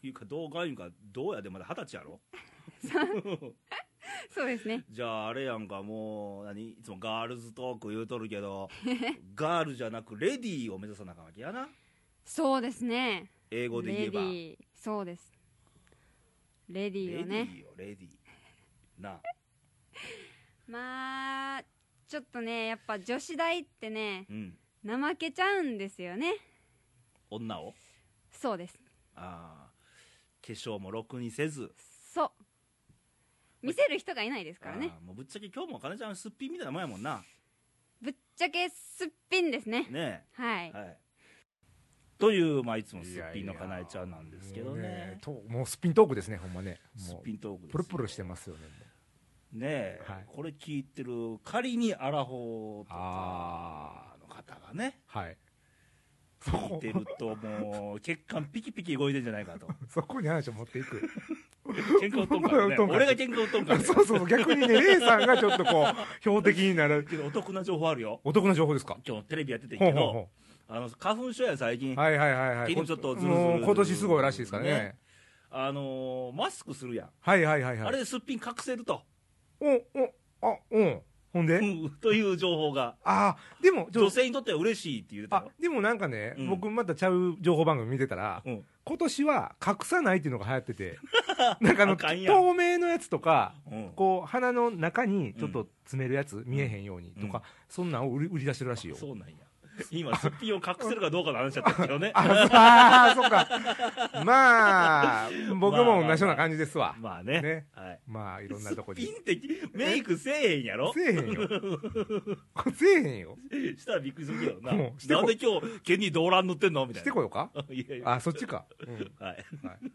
[SPEAKER 1] いうかどうがいうかどうやでまだ二十歳やろ
[SPEAKER 5] そうですね。
[SPEAKER 1] じゃああれやんかもう何いつもガールズトーク言うとるけど ガールじゃなくレディーを目指さなあかんわけやな
[SPEAKER 5] そうですね。
[SPEAKER 1] 英語で言え
[SPEAKER 5] レデ
[SPEAKER 1] ば
[SPEAKER 5] ィーそうですレディーを
[SPEAKER 1] レディ
[SPEAKER 5] ね
[SPEAKER 1] ーよレディーなあ
[SPEAKER 5] まあちょっとねやっぱ女子大ってね
[SPEAKER 1] うん
[SPEAKER 5] 怠けちゃうんですよね
[SPEAKER 1] 女を
[SPEAKER 5] そうです
[SPEAKER 1] ああ化粧もろくにせず
[SPEAKER 5] そう見せる人がいないですからね
[SPEAKER 1] あーもうぶっちゃけ今日もかなちゃんすっぴんみたいなもんやもんな
[SPEAKER 5] ぶっちゃけすっぴんですね
[SPEAKER 1] ね
[SPEAKER 5] は
[SPEAKER 1] え、
[SPEAKER 5] い
[SPEAKER 1] はい、という、まあ、いつもすっぴんのかなえちゃんなんですけどね
[SPEAKER 2] もうともうスピントークですねほんまね
[SPEAKER 1] すっ
[SPEAKER 2] も
[SPEAKER 1] ぴんトークで
[SPEAKER 2] う
[SPEAKER 1] す
[SPEAKER 2] プルプルしてますよね
[SPEAKER 1] ねえ、
[SPEAKER 2] はい
[SPEAKER 1] これ聞いてる仮にアラフォーと
[SPEAKER 2] あ
[SPEAKER 1] かの方がね
[SPEAKER 2] はいそ
[SPEAKER 1] 聞い
[SPEAKER 2] こ
[SPEAKER 1] てるともう血管ピキピキ動いてんじゃな いかと
[SPEAKER 2] そこに話を持っていく
[SPEAKER 1] 喧嘩売っとんからね
[SPEAKER 2] 喧嘩売っとんから
[SPEAKER 1] 俺が喧嘩売っとんか
[SPEAKER 2] そ
[SPEAKER 1] ら
[SPEAKER 2] う
[SPEAKER 1] ね
[SPEAKER 2] そうそう逆にねレイさんがちょっとこう標的になる
[SPEAKER 1] けどお得な情報あるよ
[SPEAKER 2] お得な情報ですか
[SPEAKER 1] 今日テレビやっててん
[SPEAKER 2] ほ
[SPEAKER 1] け
[SPEAKER 2] うほう
[SPEAKER 1] ど
[SPEAKER 2] ほ
[SPEAKER 1] あの花粉症や最近、
[SPEAKER 2] う はいはいはいはい
[SPEAKER 1] 昨日ちょっとズルズル
[SPEAKER 2] もう今年すごいらしいですからね
[SPEAKER 1] ねあのーマスクするやん、
[SPEAKER 2] はいはいはいはい
[SPEAKER 1] あれですっぴん隠せると、
[SPEAKER 2] おおあうんほんで、
[SPEAKER 1] うんという情報が
[SPEAKER 2] あーでもちょ
[SPEAKER 1] 女性にとっては嬉しいって言うて
[SPEAKER 2] あ
[SPEAKER 1] たよ
[SPEAKER 2] でもなんかね、
[SPEAKER 1] うん
[SPEAKER 2] 僕またちゃう情報番組見てたら、
[SPEAKER 1] うん
[SPEAKER 2] 今年は隠さないっていうのが流行って てなんかあの
[SPEAKER 1] あかんやん
[SPEAKER 2] 透明のやつとか
[SPEAKER 1] うん
[SPEAKER 2] こう鼻の中にちょっと詰めるやつ、見えへんようにとか、
[SPEAKER 1] うん
[SPEAKER 2] そんなんを売り売り出してるらしいよ
[SPEAKER 1] そうなんや今、すっぴんを隠せるかどうかの話だったけどね。
[SPEAKER 2] ああ、そっか。まあ、僕も同じような感じですわ。
[SPEAKER 1] まあね。
[SPEAKER 2] ね
[SPEAKER 1] はい。
[SPEAKER 2] まあ、いろんなとこ
[SPEAKER 1] すっ
[SPEAKER 2] に
[SPEAKER 1] ぴ。んってメイクせえへんやろ
[SPEAKER 2] せえへんよ。せえへんよ。
[SPEAKER 1] したらびっくりするけどな。
[SPEAKER 2] もうしてこ
[SPEAKER 1] なんで今日、毛に動乱塗ってんのみた
[SPEAKER 2] し
[SPEAKER 1] い
[SPEAKER 2] て
[SPEAKER 1] な。
[SPEAKER 2] こようか。
[SPEAKER 1] いやいや。
[SPEAKER 2] あ、そっちか。うん
[SPEAKER 1] はい。
[SPEAKER 2] はい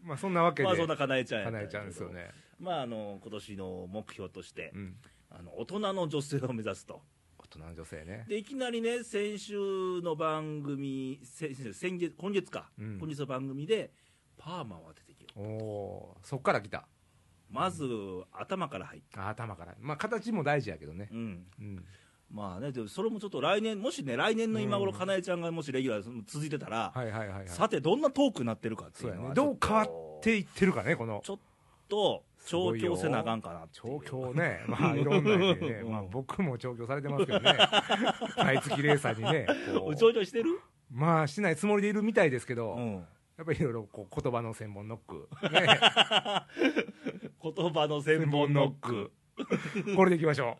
[SPEAKER 2] まあ、そんなわけで。
[SPEAKER 1] まあそんなかなえちゃんや
[SPEAKER 2] か
[SPEAKER 1] った
[SPEAKER 2] なんえ
[SPEAKER 1] やけ
[SPEAKER 2] ち
[SPEAKER 1] ど
[SPEAKER 2] ゃんですよね。
[SPEAKER 1] まああの、今年の目標として
[SPEAKER 2] う、ん。
[SPEAKER 1] あの、大人の女性を目指すと。
[SPEAKER 2] 大人の女性ね。
[SPEAKER 1] で、いきなりね、先週の番組、せ先月、今月か。
[SPEAKER 2] うん
[SPEAKER 1] 今月の番組で、パーマを当てていきよう。
[SPEAKER 2] おおー、そっから来た。
[SPEAKER 1] まず、頭から入って。
[SPEAKER 2] あ頭から。まあ、形も大事やけどね。
[SPEAKER 1] うん。
[SPEAKER 2] うん。
[SPEAKER 1] まあね、でもそれもちょっと来年、もしね、来年の今頃、
[SPEAKER 2] うん
[SPEAKER 1] かなえちゃんがもしレギュラー続いてたら、
[SPEAKER 2] はいはいはいはい。
[SPEAKER 1] さて、どんなトークになってるかって
[SPEAKER 2] そ
[SPEAKER 1] いうう
[SPEAKER 2] や
[SPEAKER 1] の
[SPEAKER 2] ね。
[SPEAKER 1] は
[SPEAKER 2] どう変わっ
[SPEAKER 1] ちょ
[SPEAKER 2] ていってるかね、この
[SPEAKER 1] ち。ょっと、調教せなあかんかなっていう
[SPEAKER 2] 調教 ね。まあ、いろんな意味でね。
[SPEAKER 1] うん
[SPEAKER 2] まあ、僕も調教されてますけどね。買い付きレーサーにね。こう
[SPEAKER 1] 調教してる
[SPEAKER 2] まあ、しないつもりでいるみたいですけど、
[SPEAKER 1] うん。
[SPEAKER 2] やっぱりいろいろこう言葉の専門ノック。ね
[SPEAKER 1] 言葉の専門ノック。
[SPEAKER 2] これでいきましょ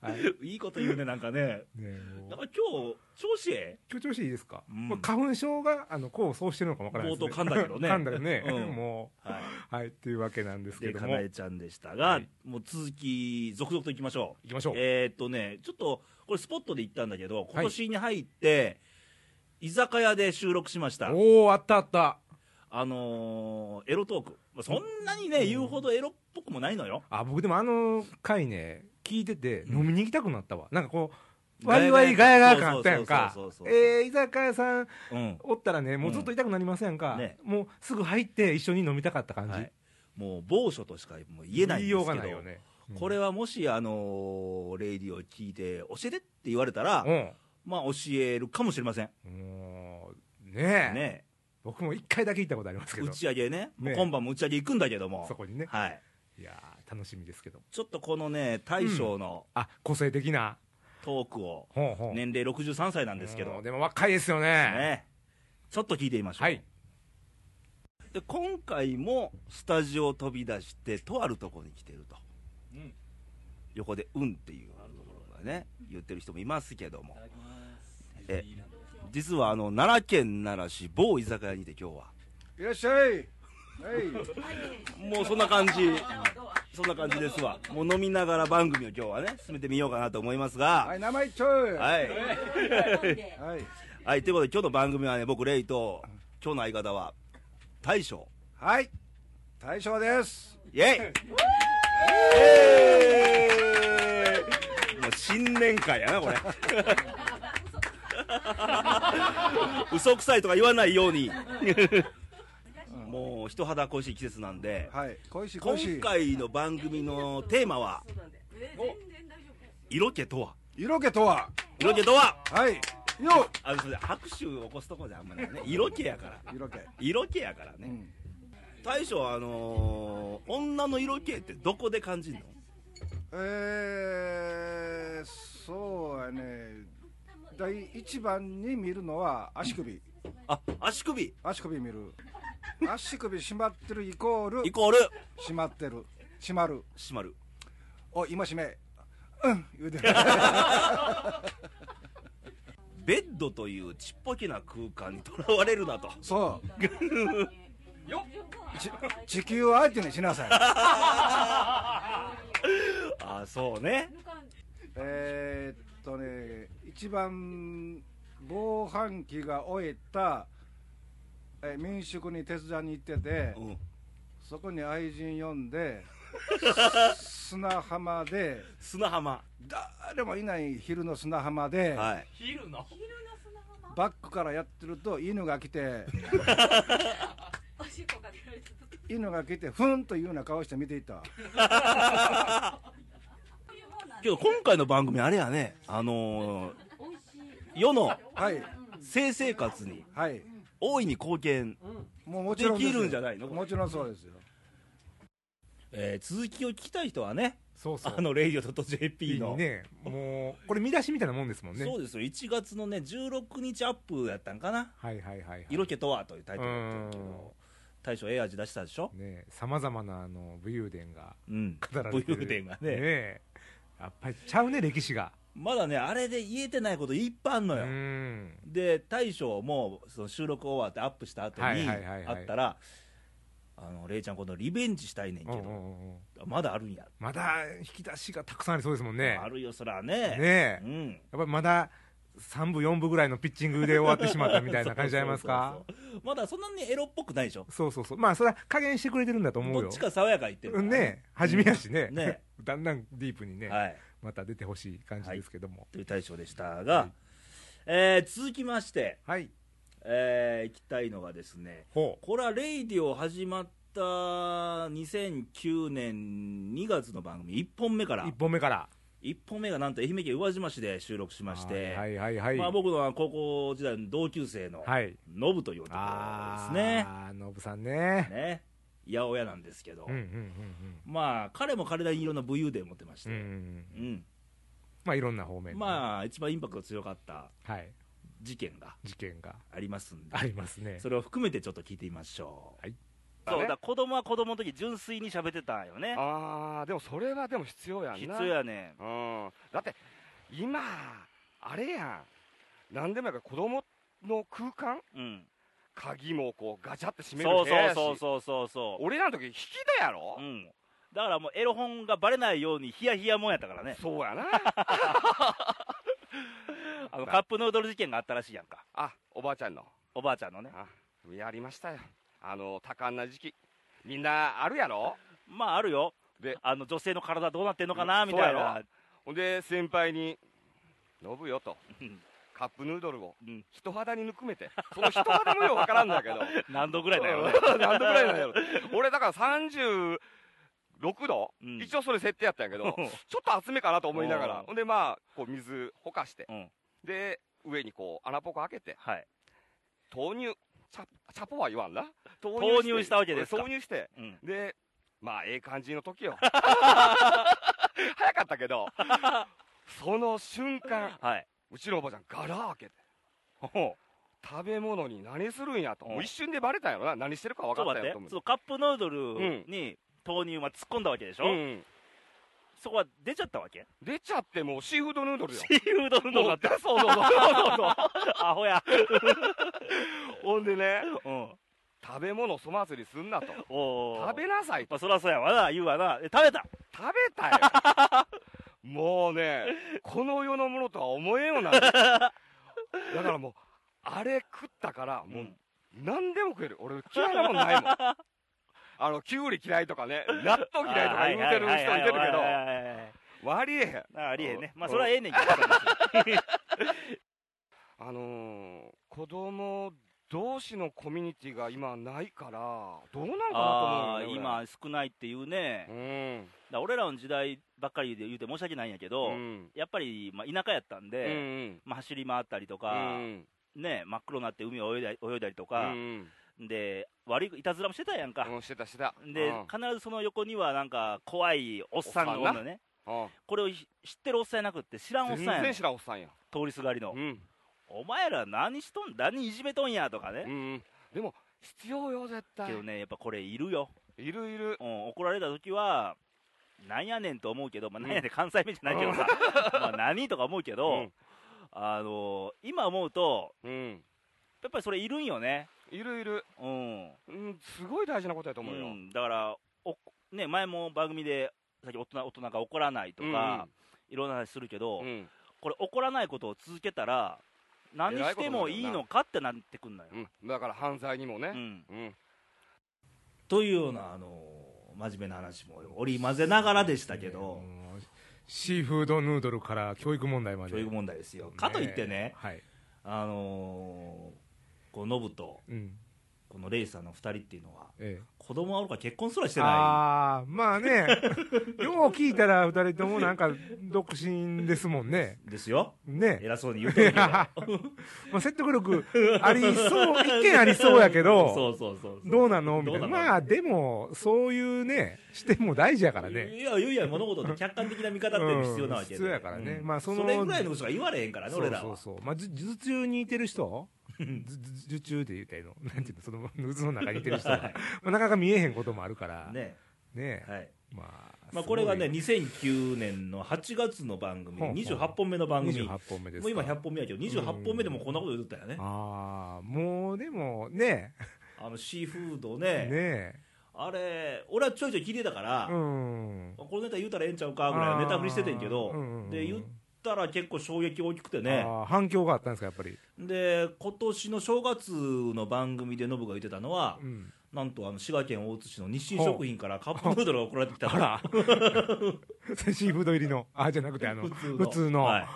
[SPEAKER 2] う。はい。
[SPEAKER 1] いいこと言うね、なんかね。
[SPEAKER 2] ねもう
[SPEAKER 1] なんか今日、調子え
[SPEAKER 2] 今日調子いいですか、
[SPEAKER 1] うん
[SPEAKER 2] まあ、花粉症があのこうそうしてるのかもわからないです、ね、
[SPEAKER 1] 冒頭噛んだけどね
[SPEAKER 2] 噛んだよね、
[SPEAKER 1] うん
[SPEAKER 2] も
[SPEAKER 1] えは
[SPEAKER 2] うはいっていうわけなんです
[SPEAKER 1] い。
[SPEAKER 2] け
[SPEAKER 1] で、
[SPEAKER 2] ど
[SPEAKER 1] か
[SPEAKER 2] も
[SPEAKER 1] なえ
[SPEAKER 2] い
[SPEAKER 1] ちゃんでしたが、
[SPEAKER 2] はい
[SPEAKER 1] もう続き、続々といきましょう。
[SPEAKER 2] きましょう、
[SPEAKER 1] えーっとね、ちょっと、これスポットで行ったんだけど、今年に入って、居酒屋で収録しました。
[SPEAKER 2] おおあったあった
[SPEAKER 1] あのーエロトーク。まあそんなにね、言うほどエロっぽくもないのよ。
[SPEAKER 2] あ僕でもあの回ね聞いてて
[SPEAKER 1] うん
[SPEAKER 2] 飲みに行きたくなったわ、なんかこう
[SPEAKER 1] ガ
[SPEAKER 2] ワ
[SPEAKER 1] ヤ
[SPEAKER 2] イ
[SPEAKER 1] ガ
[SPEAKER 2] ワ
[SPEAKER 1] ヤ
[SPEAKER 2] イガヤガヤ感あったやんか
[SPEAKER 1] そうそうそうそうそう
[SPEAKER 2] えー、居酒屋さん
[SPEAKER 1] うん。
[SPEAKER 2] おったらねもうずっといたくなりませんか、
[SPEAKER 1] うんね
[SPEAKER 2] もうすぐ入って一緒に飲みたかった感じ、
[SPEAKER 1] はい。もう、某所としかもう言えないんですけど。
[SPEAKER 2] うがないよね、うん
[SPEAKER 1] これはもし、あのーレイディを聞いて、教えてって言われたら、まあ、教えるかもしれません。
[SPEAKER 2] うんもうねえ
[SPEAKER 1] ね。
[SPEAKER 2] 僕も一回だけ行ったことありますけど
[SPEAKER 1] 打ち上げね。もう
[SPEAKER 2] ね
[SPEAKER 1] 今晩も打ち上げ行くんだけども
[SPEAKER 2] そ。こにね
[SPEAKER 1] はい。
[SPEAKER 2] いやー楽しみですけど
[SPEAKER 1] ちょっとこのね、大将の
[SPEAKER 2] あ個性的な
[SPEAKER 1] トークを、
[SPEAKER 2] ほうほう
[SPEAKER 1] 年齢63歳なんですけ
[SPEAKER 2] う
[SPEAKER 1] ど
[SPEAKER 2] ん、でも若いですよね
[SPEAKER 1] ね。ちょっと聞いてみましょう。
[SPEAKER 2] はい
[SPEAKER 1] で今回もスタジオを飛び出してとあるところに来てると、
[SPEAKER 3] うん
[SPEAKER 1] 横で「うん」っていうところがね言ってる人もいますけどもえ実はあの奈良県奈良市某居酒屋にいて今日はい
[SPEAKER 9] らっしゃい。はい。
[SPEAKER 1] もうそんな感じそんな感じですわもう飲みながら番組を今日はね進めてみようかなと思います
[SPEAKER 9] は
[SPEAKER 1] が
[SPEAKER 9] い、名前ちょい。は
[SPEAKER 1] はい、
[SPEAKER 9] い。はい。
[SPEAKER 1] はい、ということで今日の番組はね僕レイと今日の相方は大将
[SPEAKER 9] 大将です。
[SPEAKER 1] イェイもう新年会やなこれ 嘘くさいとか言わないようにもう人肌恋しい季節なんで
[SPEAKER 9] はい。恋しい
[SPEAKER 1] 今
[SPEAKER 9] 恋しい。
[SPEAKER 1] 回の番組のテーマは色気とは
[SPEAKER 9] 色気とは。
[SPEAKER 1] 色気とは
[SPEAKER 9] はい。よ。
[SPEAKER 1] あのすいません拍手を起こすとこじゃあんま ないね色気やから
[SPEAKER 9] 色気。
[SPEAKER 1] 色気やからね、
[SPEAKER 9] うん。
[SPEAKER 1] 大将あのー女の色気ってどこで感じるの
[SPEAKER 9] えー、そうやね。第一番に見るのは足首。
[SPEAKER 1] あ足首
[SPEAKER 9] 足首見る。足首締まってるイコール
[SPEAKER 1] イコール
[SPEAKER 9] 締まってる。締まる。
[SPEAKER 1] 閉まる
[SPEAKER 9] お、今締め。うん、言 うてる。
[SPEAKER 1] ベッドというちっぽけな空間にとらわれるな と
[SPEAKER 9] そう。ち地球を相手にしなさい。
[SPEAKER 1] ああそうね
[SPEAKER 9] えーっとね、一番防犯期が終えた、えー民宿に手伝いに行ってて、
[SPEAKER 1] うん
[SPEAKER 9] そこに愛人呼 んで、す砂浜で、
[SPEAKER 1] 砂浜
[SPEAKER 9] 誰もいない昼の砂浜で、
[SPEAKER 1] はい
[SPEAKER 9] バックからやってると犬が来て、犬が来て、ふんというような顔して見ていた。
[SPEAKER 1] けど今回の番組あれやねあのー世の
[SPEAKER 9] はい、
[SPEAKER 1] 性生活に
[SPEAKER 9] はい。
[SPEAKER 1] 大いに貢献、
[SPEAKER 9] もうもちろんすよ
[SPEAKER 1] できるんじゃないの
[SPEAKER 9] もちろんそうですよ。
[SPEAKER 1] えー続きを聞きたい人はね
[SPEAKER 2] そうそう
[SPEAKER 1] あの「レイディオ .jp の」
[SPEAKER 2] ねもうこれ見出しみたいなもんですもんね
[SPEAKER 1] そうですよ1月のね16日アップやったんかな
[SPEAKER 2] はいはいはい、はい、
[SPEAKER 1] 「色気とは」というタイトルだったけ
[SPEAKER 2] うん
[SPEAKER 1] ど大将ええ味出したでしょ
[SPEAKER 2] ねさまざまなあの武勇伝が
[SPEAKER 1] うん
[SPEAKER 2] 語られてる
[SPEAKER 1] 武勇伝が
[SPEAKER 2] ね
[SPEAKER 1] ね
[SPEAKER 2] えやっぱりちゃうね歴史が
[SPEAKER 1] まだね、あれで言えてないこといっぱいあんの
[SPEAKER 2] う
[SPEAKER 1] よ。
[SPEAKER 2] ん
[SPEAKER 1] で、大将もその収録終わってアップした後に、
[SPEAKER 2] はいはいはいはい
[SPEAKER 1] あったら、あの、レイちゃん、このリベンジしたいねんけ
[SPEAKER 2] うんう
[SPEAKER 1] ど、
[SPEAKER 2] んうんうん
[SPEAKER 1] まだあるんや。
[SPEAKER 2] まだ引き出しがたくさんありそうですもんね
[SPEAKER 1] あるよ、そら
[SPEAKER 2] ね
[SPEAKER 1] ね。
[SPEAKER 2] え
[SPEAKER 1] うん。
[SPEAKER 2] やっぱりまだ3部4部ぐらいのピッチングで終わってしまったみたいな感じちゃいます か
[SPEAKER 1] そうそうそうまだそんなにエロっぽくないでしょ。
[SPEAKER 2] そうそうそうまあそれは加減してくれてるんだと思うよ
[SPEAKER 1] どっちか爽やか言ってる
[SPEAKER 2] う
[SPEAKER 1] から
[SPEAKER 2] んね初めやしね,、
[SPEAKER 1] ね
[SPEAKER 2] だんだんディープにね、
[SPEAKER 1] はい。
[SPEAKER 2] また出てほしい感じですけども
[SPEAKER 1] という大将でしたが、
[SPEAKER 2] はい
[SPEAKER 1] えー続きまして、
[SPEAKER 2] はい、
[SPEAKER 1] えー行きたいのがですね、
[SPEAKER 2] ほ
[SPEAKER 1] これはレイディオ始まった2009年2月の番組、1本目か
[SPEAKER 2] う
[SPEAKER 1] ら
[SPEAKER 2] 1、本目から
[SPEAKER 1] 1本目がなんと愛媛県宇和島市で収録しまして、
[SPEAKER 2] はいはいはい
[SPEAKER 1] ま
[SPEAKER 2] は
[SPEAKER 1] あ、
[SPEAKER 2] い、
[SPEAKER 1] 僕の高校時代の同級生の
[SPEAKER 2] はい、
[SPEAKER 1] ノブという男ですね、
[SPEAKER 2] ああノブさんね
[SPEAKER 1] ね八百屋なんですけど、
[SPEAKER 2] うんうん
[SPEAKER 1] まあ彼も彼なりにいろんな武勇伝持ってまして、
[SPEAKER 2] うんうんうんうん
[SPEAKER 1] うん
[SPEAKER 2] まあいろんな方面でね
[SPEAKER 1] まあ一番インパクト強かった
[SPEAKER 2] はい
[SPEAKER 1] 事件が
[SPEAKER 2] 事件が
[SPEAKER 1] ありますんで
[SPEAKER 2] ありますね
[SPEAKER 1] それを含めてちょっと聞いてみましょう。
[SPEAKER 2] はい
[SPEAKER 1] そうだから子供は子供の時純粋に喋ってたんよね。
[SPEAKER 10] ああでもそれはでも必要やんな
[SPEAKER 1] 必要やね
[SPEAKER 10] うんだって今あれやん何でもやから子供の空間
[SPEAKER 1] ん。うん。
[SPEAKER 10] 鍵もこうガチャって閉める
[SPEAKER 1] そう
[SPEAKER 10] 部屋やし
[SPEAKER 1] そうそうそうそう
[SPEAKER 10] 俺らの時引きだやろ
[SPEAKER 1] そう。う、ん。だからもうエロ本がバレないようにヒヤヒヤもんやったからね。
[SPEAKER 10] そう やな
[SPEAKER 1] あのカップヌードル事件があったらしいやんか。
[SPEAKER 10] あおばあちゃんの
[SPEAKER 1] おばあちゃんのね。
[SPEAKER 10] あやりましたよあの多感な時期みんなあるやろ
[SPEAKER 1] まああるよ。
[SPEAKER 10] で
[SPEAKER 1] あの女性の体どうなってんのかな
[SPEAKER 10] うん
[SPEAKER 1] みた
[SPEAKER 10] そ
[SPEAKER 1] い
[SPEAKER 10] う
[SPEAKER 1] な
[SPEAKER 10] や。ほんで先輩に「ノブよ」と
[SPEAKER 1] うん
[SPEAKER 10] カップヌードルを
[SPEAKER 1] うん
[SPEAKER 10] 人肌にぬくめてその人肌もようわからんだけど
[SPEAKER 1] 何度ぐらいだよね。
[SPEAKER 10] うん何度ぐらいなんやろ 俺だから36度、
[SPEAKER 1] うん
[SPEAKER 10] 一応それ設定やったんやけどちょっと厚めかなと思いなが
[SPEAKER 1] う
[SPEAKER 10] ら
[SPEAKER 1] ん
[SPEAKER 10] ほんでまあこう水ほかして、
[SPEAKER 1] うん
[SPEAKER 10] で上にこう穴ポコ開けて
[SPEAKER 1] はい。
[SPEAKER 10] 豆乳チャチャポは言わんな豆て
[SPEAKER 1] 豆乳したわけですか
[SPEAKER 10] 俺豆乳して
[SPEAKER 1] うん。
[SPEAKER 10] でまあええ感じの時よ早かったけどその瞬間
[SPEAKER 1] はい。
[SPEAKER 10] うちのおばちゃんガラ開けて
[SPEAKER 1] ほ
[SPEAKER 10] 食べ物に何するんやと、
[SPEAKER 1] うん
[SPEAKER 10] もう一瞬でバレたんやろな何してるか分
[SPEAKER 1] う。ちょ
[SPEAKER 10] か
[SPEAKER 1] っ
[SPEAKER 10] った
[SPEAKER 1] と待
[SPEAKER 10] ん
[SPEAKER 1] っ
[SPEAKER 10] や
[SPEAKER 1] て
[SPEAKER 10] と思。う
[SPEAKER 1] そのカップヌードルに豆乳は突っ込んだわけでしょ。
[SPEAKER 10] うん
[SPEAKER 1] そこは出ちゃったわけ。
[SPEAKER 10] 出ちゃってもうシーフードヌードルよ
[SPEAKER 1] シーフードヌードルだった。
[SPEAKER 10] そうそう そうそうそう
[SPEAKER 1] アホや。
[SPEAKER 10] ほんで ね
[SPEAKER 1] うん。
[SPEAKER 10] 食べ物粗末にすんなと
[SPEAKER 1] おー
[SPEAKER 10] 食べなさいと
[SPEAKER 1] まあ、そらそうやわな言うわなえ食べた
[SPEAKER 10] 食べたよもうねこの世のものとは思えんような味だからもうあれ食ったからもう何でも食える俺嫌いなもんないもんあのキュウリ嫌いとかね納豆嫌いとか言うてる人いてるけど
[SPEAKER 1] け
[SPEAKER 10] 割りえ
[SPEAKER 1] どありえへんねまあ
[SPEAKER 10] うん
[SPEAKER 1] それはええねんけど
[SPEAKER 10] あのー子供同士のコミュニティが今ないからどうなんかな
[SPEAKER 1] ああ
[SPEAKER 10] と思うよね
[SPEAKER 1] 今少ないっていうね、だ
[SPEAKER 10] うん
[SPEAKER 1] から俺らの時代ばっかりで言うて申し訳ないんやけど、
[SPEAKER 10] うん
[SPEAKER 1] やっぱり、まあ、田舎やったん
[SPEAKER 10] うんう
[SPEAKER 1] で、
[SPEAKER 10] ん
[SPEAKER 1] まあ、走り回ったりと
[SPEAKER 10] う
[SPEAKER 1] か、
[SPEAKER 10] ん
[SPEAKER 1] ね真っ黒になって海を泳いだり泳いだりと
[SPEAKER 10] う
[SPEAKER 1] か、
[SPEAKER 10] ん
[SPEAKER 1] で悪いいたずらもしてたやんか、
[SPEAKER 10] うんしてたしてた
[SPEAKER 1] で、
[SPEAKER 10] うん
[SPEAKER 1] 必ずその横にはなんか怖いおっさんがおるのね
[SPEAKER 10] うん
[SPEAKER 1] これをひ知ってるおっさんやなくって知らんおっさんや
[SPEAKER 10] 全
[SPEAKER 1] ねん
[SPEAKER 10] 然
[SPEAKER 1] 通
[SPEAKER 10] 知らんおっさんや
[SPEAKER 1] りすがりの、
[SPEAKER 10] うん
[SPEAKER 1] お前ら何しとん何いじめとんやとかね、
[SPEAKER 10] うんでも必要よ絶対
[SPEAKER 1] けどねやっぱこれいるよ、
[SPEAKER 10] いるいる
[SPEAKER 1] うん、怒られた時はなんやねんと思うけど、まあ、なんやねん関西弁じゃないけどさ、 まあ何とか思うけど、あのー今思うと
[SPEAKER 10] うんうん
[SPEAKER 1] やっぱりそれいるんよね
[SPEAKER 10] いるいる
[SPEAKER 1] うん、
[SPEAKER 10] うんすごい大事なことやと思うよ
[SPEAKER 1] うんだからお、ね、前も番組でさっき大人大人が怒らないとか、いろんな話するけど、
[SPEAKER 10] うん
[SPEAKER 1] これ怒らないことを続けたら何してもいいのかってなってくんのよ、
[SPEAKER 10] うんだから犯罪にも
[SPEAKER 1] う
[SPEAKER 10] ね
[SPEAKER 1] ん、
[SPEAKER 10] うん
[SPEAKER 1] というような、あの真面目な話も織り交ぜながらでしたけど、
[SPEAKER 2] もうシーフードヌードルから教育問題まで
[SPEAKER 1] 教育問題ですよ、かといってね、
[SPEAKER 2] はい、
[SPEAKER 1] あのーこうノブと
[SPEAKER 2] うん
[SPEAKER 1] このレイさんの2人っていうのは、
[SPEAKER 2] ええ、
[SPEAKER 1] 子供はおるか結婚すらしてな
[SPEAKER 2] ああまあ ねよう聞いたら二人ともなんか独身ですもんね
[SPEAKER 1] いんですよ、
[SPEAKER 2] ね、
[SPEAKER 1] 偉そうに言うて るけど、
[SPEAKER 2] まあ、説得力ありそう一見ありそうやけど
[SPEAKER 1] そうそうそうそう
[SPEAKER 2] どうなのみたい
[SPEAKER 1] ど
[SPEAKER 2] な
[SPEAKER 1] う
[SPEAKER 2] まあでもそういうね視点も大事やからね
[SPEAKER 1] いやいやいや物事って客観的な見方っていうの必要なわけで、
[SPEAKER 2] うん必要やからねまあその
[SPEAKER 1] れぐらいのことしか言われへんからね
[SPEAKER 2] そう
[SPEAKER 1] 俺らは
[SPEAKER 2] そうそうまあじ頭中に似てる人ずず頭中で言うたらいいのなんていうのそ の渦の中にいてる人が、まあ、なかなか見えへんこともあるからね
[SPEAKER 1] ねはい
[SPEAKER 2] まあ
[SPEAKER 1] まあ、これがね2009年の8月の番組で
[SPEAKER 2] ほうほう
[SPEAKER 1] 28本目の番組
[SPEAKER 2] 28本目です
[SPEAKER 1] も
[SPEAKER 2] か
[SPEAKER 1] う今100本目やけど28本目でもこんなこと言ってたよね
[SPEAKER 2] ああもうでもね
[SPEAKER 1] あのシーフード
[SPEAKER 2] ね
[SPEAKER 1] ね
[SPEAKER 2] え
[SPEAKER 1] あれ俺はちょいちょい聞いてたから、
[SPEAKER 2] うん
[SPEAKER 1] このネタ言うたらええんちゃうかぐらいのネタ振りしててんけど、
[SPEAKER 2] あーうんうんうん
[SPEAKER 1] で言ったら結構衝撃大きくてね
[SPEAKER 2] あー反響があったんですかやっぱり
[SPEAKER 1] で今年の正月の番組でノブが言ってたのは、なんとあの滋賀県大津市の日清食品からカップヌードルが送られてきたと
[SPEAKER 2] シーフード入りのあじゃなくて あの普通の
[SPEAKER 1] のはい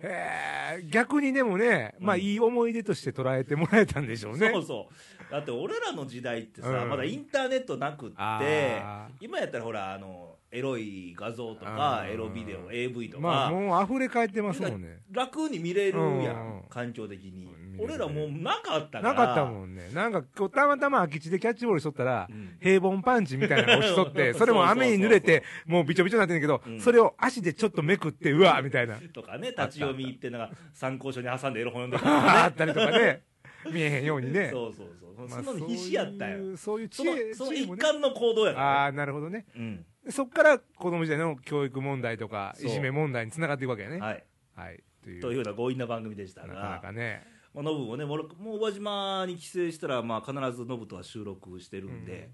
[SPEAKER 2] えー逆にでもね、まあいい思い出として捉えてもらえたんでしょうね
[SPEAKER 1] そうそうだって俺らの時代ってさ、
[SPEAKER 2] うん
[SPEAKER 1] まだインターネットなくって
[SPEAKER 2] あ
[SPEAKER 1] 今やったらほらあのエロい画像とか
[SPEAKER 2] うん
[SPEAKER 1] エロビデオ AV とか、
[SPEAKER 2] まあもう溢れ返ってますもんね
[SPEAKER 1] 楽に見れるやん、
[SPEAKER 2] うん
[SPEAKER 1] 環境的に、俺らもうなかったから
[SPEAKER 2] なかったもんねなんかこうたまたま空き地でキャッチボールしとったら、平凡パンチみたいなの押しとっ てそれも雨に濡れてもうびちょびちょになってんねんけど、それを足でちょっとめくってうわみたいな
[SPEAKER 1] とかね立ち読み行ってなんか参考書に挟んでエロ本読んで
[SPEAKER 2] あったりとかね見えへんように ね
[SPEAKER 1] そうそうそう、
[SPEAKER 2] まあ
[SPEAKER 1] そんなの必死やったよ
[SPEAKER 2] そういう
[SPEAKER 1] その
[SPEAKER 2] 知恵
[SPEAKER 1] その
[SPEAKER 2] 知恵
[SPEAKER 1] 一
[SPEAKER 2] もね
[SPEAKER 1] 環の行動やから
[SPEAKER 2] ああなるほどね、
[SPEAKER 1] うん
[SPEAKER 2] そっから子供時代の教育問題とか
[SPEAKER 1] そ
[SPEAKER 2] い
[SPEAKER 1] う
[SPEAKER 2] じめ問題につながっていくわけやね
[SPEAKER 1] はい、
[SPEAKER 2] はい、という
[SPEAKER 1] ような強引な番組でしたが
[SPEAKER 2] なかなかね
[SPEAKER 1] まあ、ノブもねもうもう宇和島に帰省したら、まあ、必ずノブとは収録してるんで、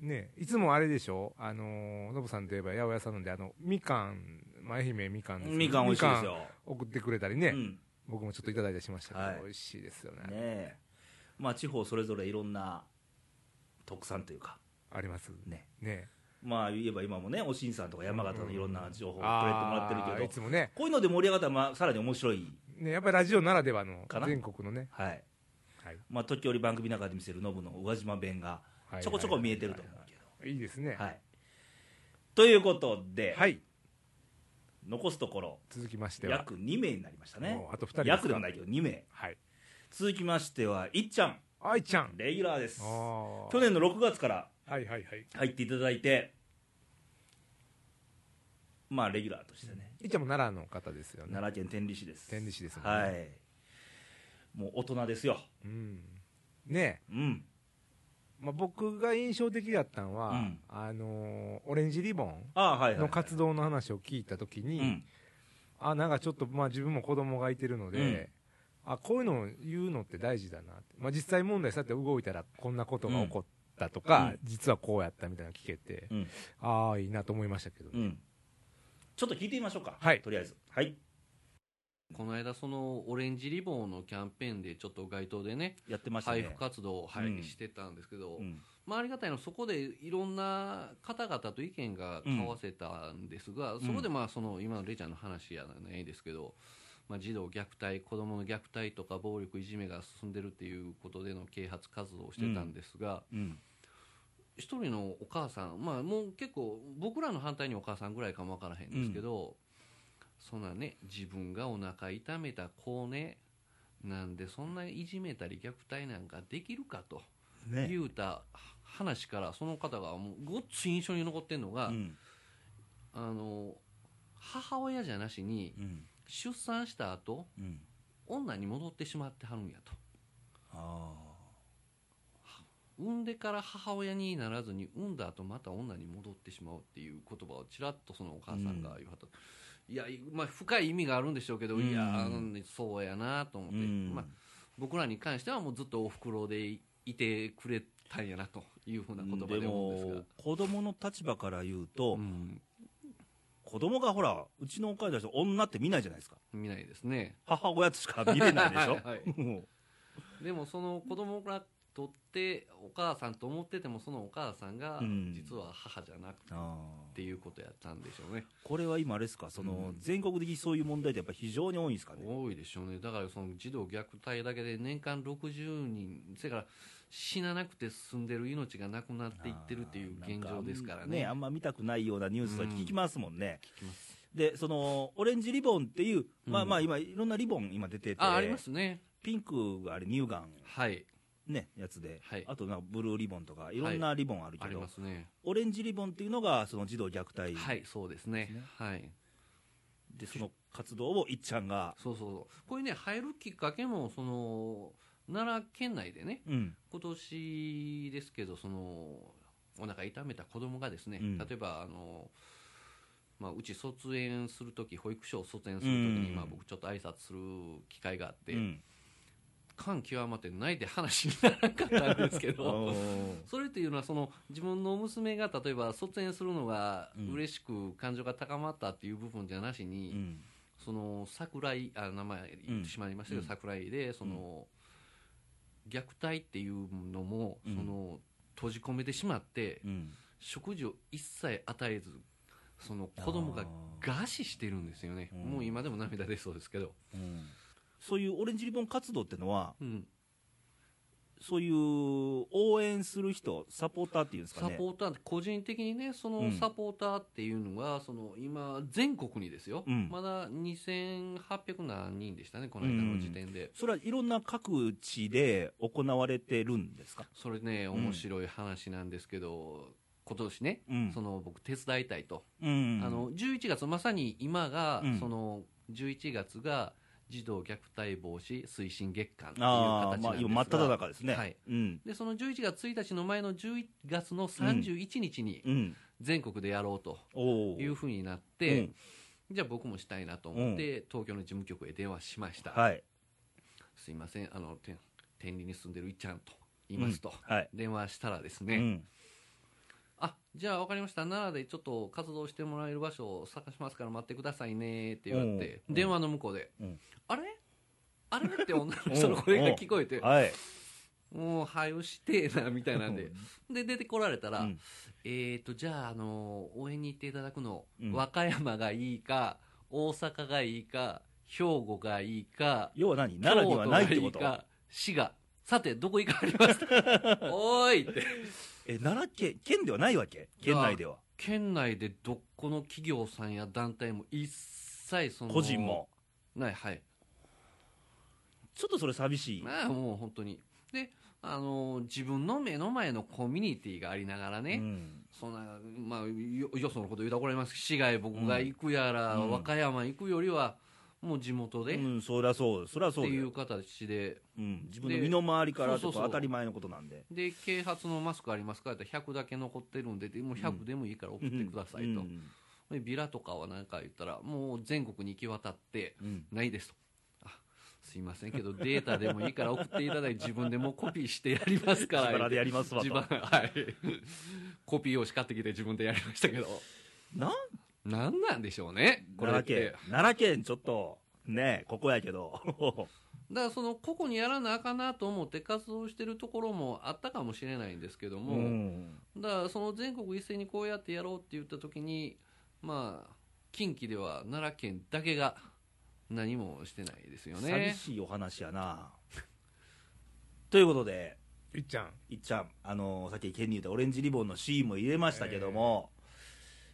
[SPEAKER 2] ねいつもあれでしょあのーノブさんといえば八百屋さんなんであのみかんまあ愛媛みかんですけど
[SPEAKER 1] みかん美味しいですよ
[SPEAKER 2] みかん送ってくれたりね、
[SPEAKER 1] うん
[SPEAKER 2] 僕もちょっといただいたりしましたけど、
[SPEAKER 1] はい
[SPEAKER 2] 美味しいですよね
[SPEAKER 1] ねえまあ、地方それぞれいろんな特産というか
[SPEAKER 2] あります
[SPEAKER 1] ね
[SPEAKER 2] ね
[SPEAKER 1] まあ言えば今もねおしんさんとか山形のいろんな情報をくれてもらってるけ
[SPEAKER 2] あー
[SPEAKER 1] ど
[SPEAKER 2] いつもね
[SPEAKER 1] こういうので盛り上がったら、まあ、さらに面白い
[SPEAKER 2] ねやっぱりラジオならではの
[SPEAKER 1] かな
[SPEAKER 2] 全国のね
[SPEAKER 1] はい、
[SPEAKER 2] はい
[SPEAKER 1] まあ、時折番組の中で見せるノブの宇和島弁が
[SPEAKER 2] はい
[SPEAKER 1] ちょこちょこ見えてると思うけ
[SPEAKER 2] どいいですね
[SPEAKER 1] はい、ということで、残すところ
[SPEAKER 2] 続きましては
[SPEAKER 1] 約2名になりましたね
[SPEAKER 2] もうあと二人ですか
[SPEAKER 1] 約でもないけど2名、続きましてはいっちゃん
[SPEAKER 2] あいっちゃん
[SPEAKER 1] レギュラーです
[SPEAKER 2] 去
[SPEAKER 1] 去年の6月から
[SPEAKER 2] はいはいはい
[SPEAKER 1] 入っていただいてまあレギュラーとしてね
[SPEAKER 2] いっちゃんも奈良の方ですよね
[SPEAKER 1] 奈良県天理市です
[SPEAKER 2] 天理市ですもんね
[SPEAKER 1] はいもう大人ですよ
[SPEAKER 2] うんね
[SPEAKER 1] え、うん
[SPEAKER 2] まあ、僕が印象的だったのは、
[SPEAKER 1] うん
[SPEAKER 2] あのーオレンジリボン
[SPEAKER 1] あはいはいはい
[SPEAKER 2] の活動の話を聞いたときに、
[SPEAKER 1] うん
[SPEAKER 2] あなんかちょっと、まあ、自分も子供がいてるので、あこういうのを言うのって大事だなって、まあ、実際問題さて動いたらこんなことが起こったとか、
[SPEAKER 1] うん
[SPEAKER 2] 実はこうやったみたいなの聞けて、
[SPEAKER 1] うん
[SPEAKER 2] ああいいなと思いましたけどね、
[SPEAKER 1] ちょっと聞いてみましょうか
[SPEAKER 2] はい
[SPEAKER 1] とりあえずはい
[SPEAKER 11] この間そのオレンジリボンのキャンペーンでちょっと街頭でね
[SPEAKER 1] やってましたね
[SPEAKER 11] 配布活動を、はい
[SPEAKER 1] うん
[SPEAKER 11] してたんですけど、
[SPEAKER 1] うん
[SPEAKER 11] まあ、ありがたいのはそこでいろんな方々と意見が交わせたんですが、
[SPEAKER 1] ん
[SPEAKER 11] そこでまあその今のレイちゃんの話やないですけど、まあ、児童虐待子どもの虐待とか暴力いじめが進んでるっていうことでの啓発活動をしてたんですが、
[SPEAKER 1] うん
[SPEAKER 11] 一人のお母さん、まあ、もう結構僕らの反対にお母さんぐらいかもわからへんですけど、そんなね自分がお腹痛めた子をねなんでそんないじめたり虐待なんかできるかと、
[SPEAKER 1] ね
[SPEAKER 11] 言うた話からその方がもうごっつ印象に残ってるのが、あの母親じゃなしに出産した後、
[SPEAKER 1] うん
[SPEAKER 11] 女に戻ってしまってはるんやと。産んでから母親にならずに産んだ後また女に戻ってしまうっていう言葉をちらっとそのお母さんが言わはった、いや、まあ、深い意味があるんでしょうけど、いや
[SPEAKER 1] うん
[SPEAKER 11] あのねそうやなと思って、
[SPEAKER 1] うん
[SPEAKER 11] まあ、僕らに関してはもうずっとおふくろでいてくれたんやなというふうな言葉
[SPEAKER 1] で
[SPEAKER 11] で思うんですが
[SPEAKER 1] も子供の立場から言うと、子供がほらうちのお母さんと女って見ないじゃないですか
[SPEAKER 11] 見ないですね
[SPEAKER 1] 母親としか見れないでしょ
[SPEAKER 11] はいはいでもその子供がとってお母さんと思っててもそのお母さんが
[SPEAKER 1] うん
[SPEAKER 11] 実は母じゃなくて、
[SPEAKER 1] って
[SPEAKER 11] いうことやったんでしょうね
[SPEAKER 1] これは今あれですかその、全国的にそういう問題ってやっぱ非常に多いんですかね
[SPEAKER 11] 多いでしょうねだからその児童虐待だけで年間60人それから死ななくて進んでる命がなくなっていってるっていう現状ですからね
[SPEAKER 1] あんま見たくないようなニュースは聞きますもんね、
[SPEAKER 11] 聞きま
[SPEAKER 1] でそのオレンジリボンっていう、まあ
[SPEAKER 11] うん
[SPEAKER 1] まあ今いろんなリボン今出てて
[SPEAKER 11] あありますね
[SPEAKER 1] ピンクがあれ乳がん
[SPEAKER 11] はい
[SPEAKER 1] ねやつで、あとなんかブルーリボンとかいろんなリボンあるけど、
[SPEAKER 11] はいありますね
[SPEAKER 1] オレンジリボンっていうのがその児童虐待
[SPEAKER 11] はいそうですねはい
[SPEAKER 1] でその活動をいっちゃんが
[SPEAKER 11] そうそうそうこれね入るきっかけもその奈良県内でね、
[SPEAKER 1] うん
[SPEAKER 11] 今年ですけどそのお腹痛めた子供がですね、
[SPEAKER 1] うん
[SPEAKER 11] 例えばあの、まあ、うち卒園する時保育所を卒園する時に、
[SPEAKER 1] うん
[SPEAKER 11] まあ、僕ちょっと挨拶する機会があって、
[SPEAKER 1] うん
[SPEAKER 11] 感極まって泣いて話にならなかったんですけ
[SPEAKER 1] お
[SPEAKER 11] ど
[SPEAKER 1] ー
[SPEAKER 11] それっていうのはその自分の娘が例えば卒園するのが嬉しく感情が高まったっていう部分じゃなしに、その桜井あ名前言ってしまいましたけど、
[SPEAKER 1] うん
[SPEAKER 11] 桜井でその、虐待っていうのも、その閉じ込めてしまって、食事を一切与えずその子供が餓死してるんですよね、もう今でも涙出そうですけど。
[SPEAKER 1] そういうオレンジリボン活動ってのは、そういう応援する人、サポーターっていうんですか
[SPEAKER 11] サ
[SPEAKER 1] ね。
[SPEAKER 11] ポーターって個人的にねそのサポーターっていうのが、その今全国にですよ、
[SPEAKER 1] うん
[SPEAKER 11] まだ2800何人でしたねこの間の時点で、
[SPEAKER 1] それはいろんな各地で行われてるんですか
[SPEAKER 11] それね面白い話なんですけど、今年ね、
[SPEAKER 1] うん
[SPEAKER 11] その僕手伝いたいと、
[SPEAKER 1] うん
[SPEAKER 11] あの11月まさに今が、
[SPEAKER 1] うん
[SPEAKER 11] その11月が児童虐待防止推進月間っていう
[SPEAKER 1] あ
[SPEAKER 11] 形な
[SPEAKER 1] あ
[SPEAKER 11] んですが
[SPEAKER 1] まあ、今、真っ只中ですね。
[SPEAKER 11] はい
[SPEAKER 1] うん
[SPEAKER 11] でその11月1日の前の11月の31日に
[SPEAKER 1] うん
[SPEAKER 11] 全国でやろうというふうになって、じゃあ僕もしたいなと思って、東京の事務局へ電話しました、
[SPEAKER 1] はい
[SPEAKER 11] すいませんあのて天理に住んでるいっちゃんと言いますと、
[SPEAKER 1] うんはい
[SPEAKER 11] 電話したらですね、
[SPEAKER 1] うん
[SPEAKER 11] あじゃあ分かりました奈良でちょっと活動してもらえる場所を探しますから待ってくださいねって言われて、
[SPEAKER 1] うん
[SPEAKER 11] 電話の向こうで、
[SPEAKER 1] うん
[SPEAKER 11] あれあれって女の人の声が聞こえて、
[SPEAKER 1] うんうんはい
[SPEAKER 11] もうはよしてえなみたいなんでで出てこられたら、えー、とじゃあ、あの応援に行っていただくの、
[SPEAKER 1] うん
[SPEAKER 11] 和歌山がいいか大阪がいいか兵庫がいいか
[SPEAKER 1] 要は何奈良にはないってこ
[SPEAKER 11] 京都
[SPEAKER 1] と
[SPEAKER 11] がいいか滋賀さてどこ行かれ ますかおーいって
[SPEAKER 1] え奈良県県ではないわけ県内では
[SPEAKER 11] 県内でどこの企業さんや団体も一切その
[SPEAKER 1] 個人も
[SPEAKER 11] ないはい
[SPEAKER 1] ちょっとそれ寂しい
[SPEAKER 11] まあもう本当にであの自分の目の前のコミュニティがありながらね、そんなまあよよそのこと言うたら怒られますけど市外僕が行くやら、
[SPEAKER 1] うん
[SPEAKER 11] 和歌山行くよりはもう地元で、
[SPEAKER 1] うん、そりゃそう、そりゃそう
[SPEAKER 11] って
[SPEAKER 1] だ
[SPEAKER 11] い
[SPEAKER 1] よ
[SPEAKER 11] う形で、
[SPEAKER 1] 自分の身の回りから
[SPEAKER 11] そ
[SPEAKER 1] と
[SPEAKER 11] うそ
[SPEAKER 1] か
[SPEAKER 11] うそう
[SPEAKER 1] 当たり前のことなんで。
[SPEAKER 11] で啓発のマスクありますかって100だけ残ってるんででもう100でもいいから送ってくださいと、でビラとかは何か言ったらもう全国に行き渡って、ないですとあすいませんけどデータでもいいから送っていただいて自分でもうコピーしてやりますから
[SPEAKER 1] 自腹でやりますわと
[SPEAKER 11] 自腹はいコピーを叱ってきて自分でやりましたけど
[SPEAKER 1] なん
[SPEAKER 11] なんなんでしょうねこれっ
[SPEAKER 1] 奈良
[SPEAKER 11] て
[SPEAKER 1] 県、奈良県ちょっと、ねえここや けど。
[SPEAKER 11] だからその個々にやらなあかんなと思って活動してるところもあったかもしれないんですけども、
[SPEAKER 1] うん
[SPEAKER 11] だからその全国一斉にこうやってやろうって言った時にまあ近畿では奈良県だけが何もしてないですよね
[SPEAKER 1] 寂しいお話やな。ということで、
[SPEAKER 2] いっちゃん。
[SPEAKER 1] いっちゃん、あのーさっき県に言ったオレンジリボンのシーンも入れましたけども、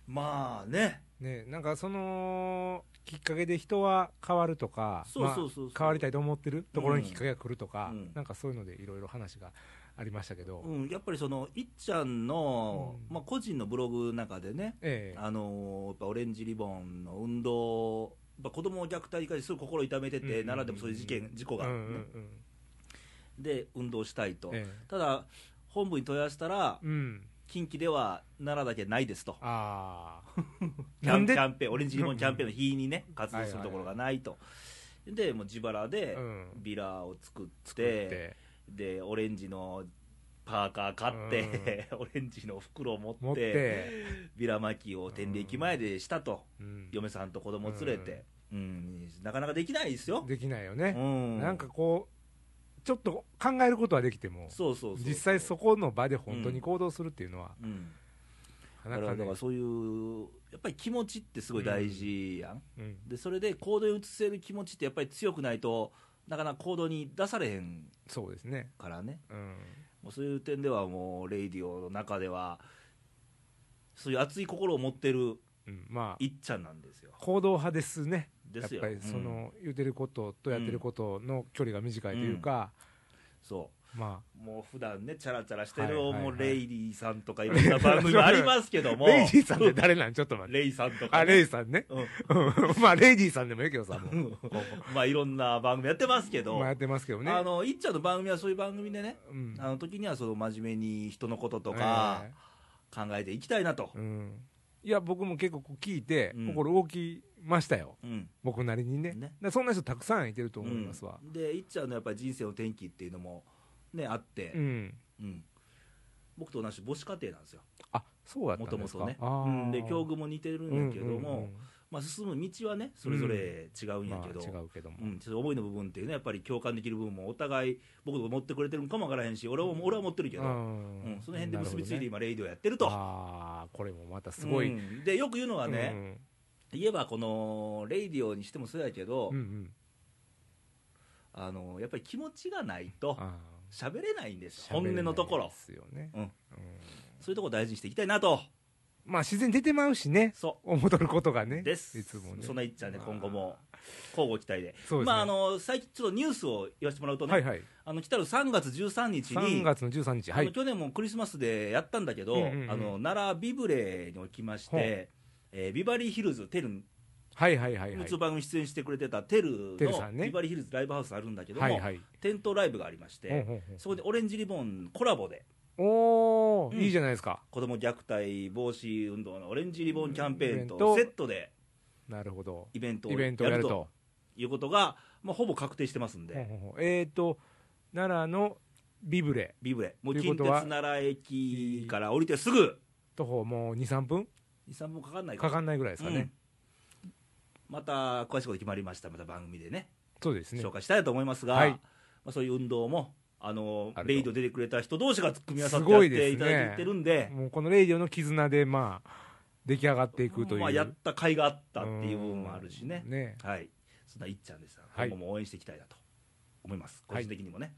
[SPEAKER 1] まあね、
[SPEAKER 2] ね、なんかそのきっかけで人は変わるとか
[SPEAKER 1] そうそうそうそう
[SPEAKER 2] まあ変わりたいと思ってるところにきっかけが来るとか、なんかそういうのでいろいろ話がありましたけど、
[SPEAKER 1] うん、やっぱりそのいっちゃんの、まあ、個人のブログの中でね、
[SPEAKER 2] ええ
[SPEAKER 1] あのーやっぱオレンジリボンの運動、やっぱ子供を虐待に関してすごい心痛めてて、
[SPEAKER 2] うんうんうん
[SPEAKER 1] 奈良でもそういう事件、事故があってね、
[SPEAKER 2] うんうん
[SPEAKER 1] で運動したいと、
[SPEAKER 2] え
[SPEAKER 1] ただ、本部に問い合わせたら、
[SPEAKER 2] うん
[SPEAKER 1] 近畿では奈良だけないですと、
[SPEAKER 2] あ
[SPEAKER 1] キャ
[SPEAKER 2] なん
[SPEAKER 1] ンキ
[SPEAKER 2] で
[SPEAKER 1] ャンペーン、オレンジリボンキャンペーンの日にね、活動するところがないと、でもう自腹でビラを作って、
[SPEAKER 2] って
[SPEAKER 1] でオレンジのパーカー買って、 オレンジの袋を持って、
[SPEAKER 2] 持って
[SPEAKER 1] ビラ巻きを天理駅前でしたと、
[SPEAKER 2] うん
[SPEAKER 1] 嫁さんと子供連れて、うんなかなかできないですよ。
[SPEAKER 2] できないよね、
[SPEAKER 1] ん
[SPEAKER 2] なんかこうちょっと考えることはできても
[SPEAKER 1] そうそうそう
[SPEAKER 2] 実際そこの場で本当に行動するっていうのは、
[SPEAKER 1] うん
[SPEAKER 2] なか
[SPEAKER 1] だか
[SPEAKER 2] ね
[SPEAKER 1] らだからそういうやっぱり気持ちってすごい大事やん、
[SPEAKER 2] うんうん
[SPEAKER 1] でそれで行動に移せる気持ちってやっぱり強くないとなかなか行動に出されへん
[SPEAKER 2] そうですね
[SPEAKER 1] からね
[SPEAKER 2] うん
[SPEAKER 1] もうそういう点ではもうレイディオの中ではそういう熱い心を持ってる
[SPEAKER 2] まあ
[SPEAKER 1] いっちゃんなんですよ、
[SPEAKER 2] 行動派ですね
[SPEAKER 1] です
[SPEAKER 2] やっ
[SPEAKER 1] よ
[SPEAKER 2] ぱりその、言ってることとやってることの距離が短いというか、
[SPEAKER 1] そ
[SPEAKER 2] ま
[SPEAKER 1] うもう普段ねチャラチャラして
[SPEAKER 2] はい
[SPEAKER 1] る、
[SPEAKER 2] はいはい
[SPEAKER 1] もうレイリーさんとかいろんな番組ありますけども
[SPEAKER 2] レイジーさんって誰なんちょっと待って
[SPEAKER 1] レイさんとかね、
[SPEAKER 2] あレイさんね、 うんまあレイジーさんでもいいけどさもう
[SPEAKER 1] まあいろんな番組やってますけど、
[SPEAKER 2] まあやってますけどね
[SPEAKER 1] あのいっちゃんの番組はそういう番組でね、
[SPEAKER 2] うん
[SPEAKER 1] あの時にはその真面目に人のこととか、考えていきたいなと、
[SPEAKER 2] いや僕も結構こう聞いて、心動きましたよ、僕なりにねだからそんな人たくさんいてると思いますわ、
[SPEAKER 1] でいっちゃんのやっぱり人生の転機っていうのもねあって、
[SPEAKER 2] うん
[SPEAKER 1] うん僕と同じ母子家庭なんですよ
[SPEAKER 2] あそうやった
[SPEAKER 1] もと
[SPEAKER 2] んで
[SPEAKER 1] も
[SPEAKER 2] すか
[SPEAKER 1] とね、
[SPEAKER 2] あー
[SPEAKER 1] うんで境遇も似てるんやけども、
[SPEAKER 2] うんうんうん
[SPEAKER 1] まあ、進む道はねそれぞれ違うんやけど,、
[SPEAKER 2] うんまあ違うけども
[SPEAKER 1] うんちょっと思いの部分っていうねやっぱり共感できる部分もお互い僕も持ってくれてるんかもわからへんし俺は俺は持ってるけど、
[SPEAKER 2] う
[SPEAKER 1] うんんその辺で結びついて今レイディオやってると
[SPEAKER 2] ああこれもまたすごい、
[SPEAKER 1] うんでよく言うのはね、言えばこのレイディオにしてもそうやけど、
[SPEAKER 2] うんうん
[SPEAKER 1] あのやっぱり気持ちがないと喋れないんです
[SPEAKER 2] 喋れ
[SPEAKER 1] 本
[SPEAKER 2] ない
[SPEAKER 1] 音のところ
[SPEAKER 2] ね
[SPEAKER 1] うんそういうところ大事にしていきたいなと
[SPEAKER 2] まあ自然に出てまうしね戻ることがね
[SPEAKER 1] です
[SPEAKER 2] いつもね
[SPEAKER 1] そんないっちゃんね今後も交互期待で
[SPEAKER 2] そうですね
[SPEAKER 1] まああの最近ちょっとニュースを言わせてもらうとね、
[SPEAKER 2] はいはい
[SPEAKER 1] あの来たる3月13日に
[SPEAKER 2] 3月の13日は
[SPEAKER 1] あの
[SPEAKER 2] い
[SPEAKER 1] 去年もクリスマスでやったんだけど、
[SPEAKER 2] うんうんうん
[SPEAKER 1] あの奈良ビブレにおきまし
[SPEAKER 2] ほう
[SPEAKER 1] て、えービバリーヒルズテルン
[SPEAKER 2] はいはいはいは
[SPEAKER 1] う
[SPEAKER 2] い
[SPEAKER 1] ちの番組出演してくれてたテル
[SPEAKER 2] テルさ
[SPEAKER 1] の
[SPEAKER 2] んね
[SPEAKER 1] ビバリーヒルズライブハウスあるんだけども、
[SPEAKER 2] はいはい
[SPEAKER 1] テントライブがありまして、
[SPEAKER 2] ほうほうほう
[SPEAKER 1] そこでオレンジリボンコラボで
[SPEAKER 2] おお、
[SPEAKER 1] うん
[SPEAKER 2] いいじゃないですか
[SPEAKER 1] 子ども虐待防止運動のオレンジリボンキャンペーン
[SPEAKER 2] イベント
[SPEAKER 1] とセットで
[SPEAKER 2] なるほど
[SPEAKER 1] イベントを
[SPEAKER 2] イ
[SPEAKER 1] や
[SPEAKER 2] ベ
[SPEAKER 1] る
[SPEAKER 2] ントをやる
[SPEAKER 1] と
[SPEAKER 2] と
[SPEAKER 1] いうことが、まあ、ほぼ確定してますんで、
[SPEAKER 2] ほうほうほうえっ、ー、と奈良のビブレ
[SPEAKER 1] ビブレもう
[SPEAKER 2] とい
[SPEAKER 1] 近
[SPEAKER 2] うこと
[SPEAKER 1] 鉄
[SPEAKER 2] は
[SPEAKER 1] 奈良駅から降りてすぐ
[SPEAKER 2] 徒歩もう23分
[SPEAKER 1] 23分かかんない
[SPEAKER 2] かかんないぐらいですかね、
[SPEAKER 1] うんまた詳しいこと決まりましたらまた番組でね
[SPEAKER 2] そうですね
[SPEAKER 1] 紹介したいと思いますが、
[SPEAKER 2] はい
[SPEAKER 1] まあ、そういう運動もあのレイド出てくれた人同士が組み合わさ
[SPEAKER 2] す
[SPEAKER 1] ってやっ
[SPEAKER 2] ごい
[SPEAKER 1] て
[SPEAKER 2] で
[SPEAKER 1] い
[SPEAKER 2] す
[SPEAKER 1] ただ
[SPEAKER 2] ね
[SPEAKER 1] いてるんで
[SPEAKER 2] もうこのレイディオの絆でまあ出来上がっていくという、
[SPEAKER 1] まあ、やった甲斐があったっていう部分もあるしね
[SPEAKER 2] うんね
[SPEAKER 1] はい、そんないっちゃんですが、
[SPEAKER 2] はい
[SPEAKER 1] 今後も応援していきたいなと思います個
[SPEAKER 2] はい
[SPEAKER 1] 人的にもね、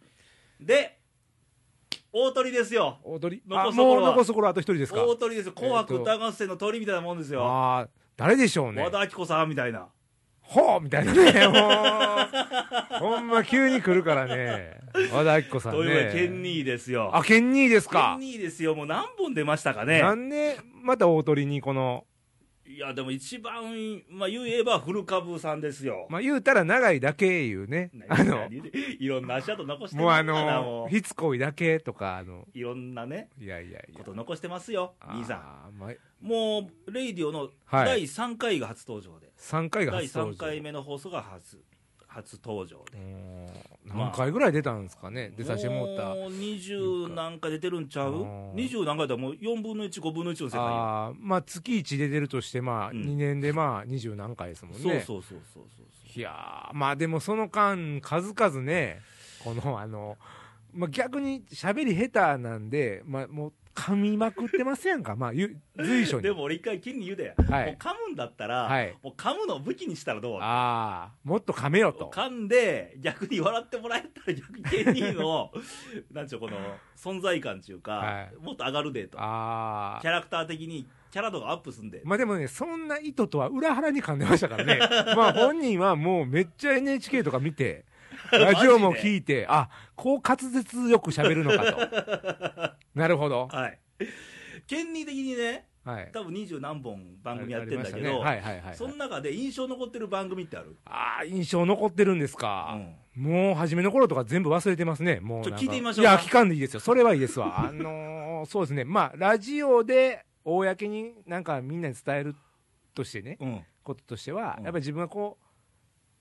[SPEAKER 1] で大鳥ですよ
[SPEAKER 2] 大鳥
[SPEAKER 1] 残
[SPEAKER 2] あ
[SPEAKER 1] すとこ
[SPEAKER 2] もう
[SPEAKER 1] ろは
[SPEAKER 2] 残すところあと一人ですか
[SPEAKER 1] 大鳥ですよ紅白
[SPEAKER 2] えーと
[SPEAKER 1] 歌合戦の鳥みたいなもんですよ、
[SPEAKER 2] ああ誰でしょうね
[SPEAKER 1] 和田アキ子さんみたいな
[SPEAKER 2] ほうみたいなね、もう、ほんま急に来るからね、和田アキ子さんね。
[SPEAKER 1] というわけでケンニーですよ
[SPEAKER 2] あ、ケンニーですか。
[SPEAKER 1] ケンニーですよもう何本出ましたかね
[SPEAKER 2] なんで、また大鳥にこの、
[SPEAKER 1] いやでも一番、まあ、言えば古株さんですよ
[SPEAKER 2] まあ言うたら長いだけいうね、あの、
[SPEAKER 1] いろんな足跡残して
[SPEAKER 2] もう
[SPEAKER 1] ま
[SPEAKER 2] あ
[SPEAKER 1] すからも
[SPEAKER 2] の、しつこいだけとか、あの、
[SPEAKER 1] ういろんなね
[SPEAKER 2] いやいやい
[SPEAKER 1] こと残してますよ兄さん
[SPEAKER 2] や、まあ、
[SPEAKER 1] もう、レイディオの
[SPEAKER 2] はい
[SPEAKER 1] 第3回が初登場で、
[SPEAKER 2] 3回が初登場
[SPEAKER 1] 第3回目の放送が初初登場で、
[SPEAKER 2] 何回ぐらい出たんですかね、出させてもらった。
[SPEAKER 1] もう20何回出てるんちゃう ?20 何回だったらもう4分の1、5分の1の世界よ
[SPEAKER 2] あーまあ月1出てるとして、まあ2年でまあ二十何回ですもんね。
[SPEAKER 1] そうそうそうそう
[SPEAKER 2] いやーまあでもその間、数々ね、このあの、まあ、逆に喋り下手なんで、まあ、もう噛みまくってますやんか、まあ、ゆ随所に
[SPEAKER 1] で。も俺一回金に言うで、
[SPEAKER 2] はい
[SPEAKER 1] もう噛むんだったら、
[SPEAKER 2] はい
[SPEAKER 1] もう噛むのを武器にしたらどう
[SPEAKER 2] ああ、もっと噛めよと。
[SPEAKER 1] 噛んで、逆に笑ってもらえたら逆に芸 人の、なんちゅうこの、存在感ちゅうか、もっと上がるでと。
[SPEAKER 2] あ
[SPEAKER 1] キャラクター的にキャラ度がアップすんで。
[SPEAKER 2] まあでもね、そんな意図とは裏腹に噛んでましたから ね。まあ本人はもうめっちゃ NHK とか見 て、ラジオも聞いて、あ、こう滑舌よく喋るのかと。 なるほど。
[SPEAKER 1] はい。権利的に
[SPEAKER 2] は
[SPEAKER 1] ね、
[SPEAKER 2] い
[SPEAKER 1] 多分二十何本番組やってんだけど、
[SPEAKER 2] ありましたねはいはいはいはい
[SPEAKER 1] その中で印象残ってる番組ってある
[SPEAKER 2] ああ、印象残ってるんですか。もう初めの頃とか全部忘れてますね。もうなんか。
[SPEAKER 1] ちょっと聞いてみましょう
[SPEAKER 2] い
[SPEAKER 1] か
[SPEAKER 2] や、聞かんでいいですよ。それはいい ですわ。あのーそうですね。まあ、ラジオで、公になんかみんなに伝えるとしてね、こととしては、やっぱり自分がこ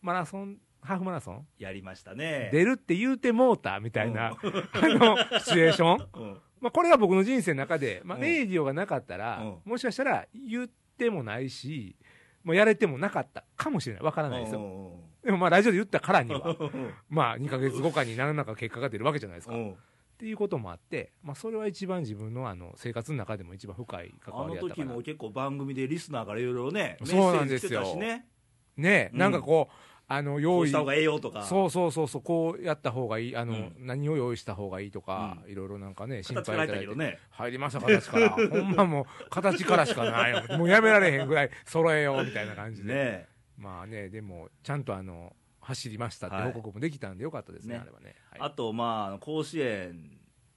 [SPEAKER 2] う、マラソン、ハーフマラソン
[SPEAKER 1] やりましたね。
[SPEAKER 2] 出るって言うてもうたみたいな、 あの、シチュエーション。
[SPEAKER 1] うん
[SPEAKER 2] まあ、これが僕の人生の中で、まあ、
[SPEAKER 1] うん
[SPEAKER 2] レイディオがなかったら、もしかしたら言ってもないし、まあ、やれてもなかったかもしれない。わからないですよ
[SPEAKER 1] うん。
[SPEAKER 2] でもまあ、ラジオで言ったからには
[SPEAKER 1] うんうん、
[SPEAKER 2] まあ、2ヶ月後かに何らか結果が出るわけじゃないですか。
[SPEAKER 1] うん
[SPEAKER 2] っていうこともあって、まあ、それは一番自分のあの生活の中でも一番深い関
[SPEAKER 1] あ
[SPEAKER 2] わ
[SPEAKER 1] の
[SPEAKER 2] りだったか
[SPEAKER 1] 時
[SPEAKER 2] な
[SPEAKER 1] も結構番組でリスナーからいろいろね、メ
[SPEAKER 2] そうな
[SPEAKER 1] ッ
[SPEAKER 2] ん
[SPEAKER 1] セー
[SPEAKER 2] で
[SPEAKER 1] ジ来
[SPEAKER 2] す
[SPEAKER 1] てた
[SPEAKER 2] よ
[SPEAKER 1] しね。
[SPEAKER 2] ね
[SPEAKER 1] うん
[SPEAKER 2] なんかこう、あの
[SPEAKER 1] こ
[SPEAKER 2] 用
[SPEAKER 1] う
[SPEAKER 2] 意
[SPEAKER 1] した方がええよとか
[SPEAKER 2] そうそうそうそうこうやった方がいいあの、何を用意した方がいいとか、いろいろなんかね心配
[SPEAKER 1] 形から入ったけ
[SPEAKER 2] い
[SPEAKER 1] ど
[SPEAKER 2] ただいて
[SPEAKER 1] ね。
[SPEAKER 2] 入りました形 からほんまもう形からしかないよもうやめられへんぐらい揃えようみたいな感じで、
[SPEAKER 1] ね
[SPEAKER 2] まあねでもちゃんとあの走りましたって
[SPEAKER 1] はい
[SPEAKER 2] 報告もできたんでよかったですね、
[SPEAKER 1] ね
[SPEAKER 2] あれはね
[SPEAKER 1] あと、まあ、甲子園。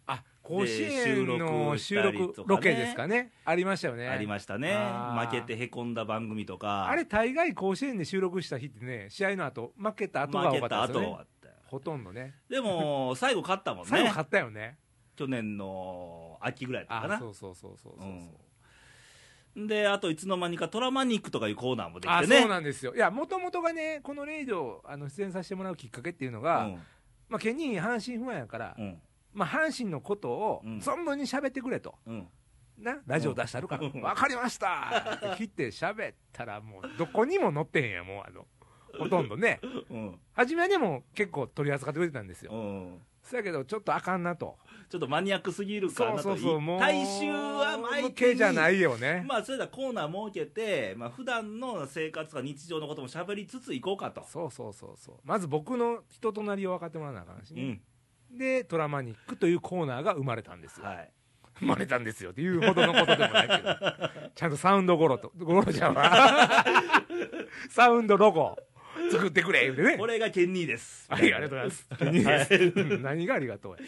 [SPEAKER 2] あ、甲子園の収録ロケですかねありましたよね
[SPEAKER 1] ありましたね。
[SPEAKER 2] あー
[SPEAKER 1] 負けてへこんだ番組とか。
[SPEAKER 2] あれ大概甲子園で収録した日ってね試合の後負けた後が多かったですよ
[SPEAKER 1] 負けた後
[SPEAKER 2] ね
[SPEAKER 1] は
[SPEAKER 2] ほとんどね
[SPEAKER 1] でも、最後勝ったもんね。
[SPEAKER 2] 最後勝ったよね
[SPEAKER 1] 去年の秋ぐらいだったかな
[SPEAKER 2] あそうそうそうそうそうそう、
[SPEAKER 1] うんであといつの間にか「トラマニック」とかいうコーナーもでき
[SPEAKER 2] あ
[SPEAKER 1] てね
[SPEAKER 2] そうなんですよいやもともとがねこのレイディオあの出演させてもらうきっかけっていうのが、まあ、ケニー阪神ファンやから、まあ、阪神のことを存分に喋ってくれと、なラジオ出したるから、わ分かりましたって切って喋ったらもうどこにも載ってへんやもうあのほとんどね、初めはでも結構取り扱ってくれてたんですよ、そやけどちょっとあかんなと
[SPEAKER 1] ちょっとマニアックすぎるかなと
[SPEAKER 2] そうそうそうもう
[SPEAKER 1] 大衆は毎
[SPEAKER 2] 向けじゃないよね
[SPEAKER 1] まあそれではコーナー設けて、まあ普段の生活とか日常のことも喋りつついこうかと
[SPEAKER 2] そうそうそうそうまず僕の人となりを分かってもらわなあかんしね、で「トラマニック」というコーナーが生まれたんですよ、生まれたんですよっていうほどのことでもないけどちゃんとサウンドゴロとゴロじ ゃんわサウンドロゴ作ってくれ言うてね
[SPEAKER 1] これがケンニーです
[SPEAKER 2] ありがとうござい ますケニーですうん何がありがとうや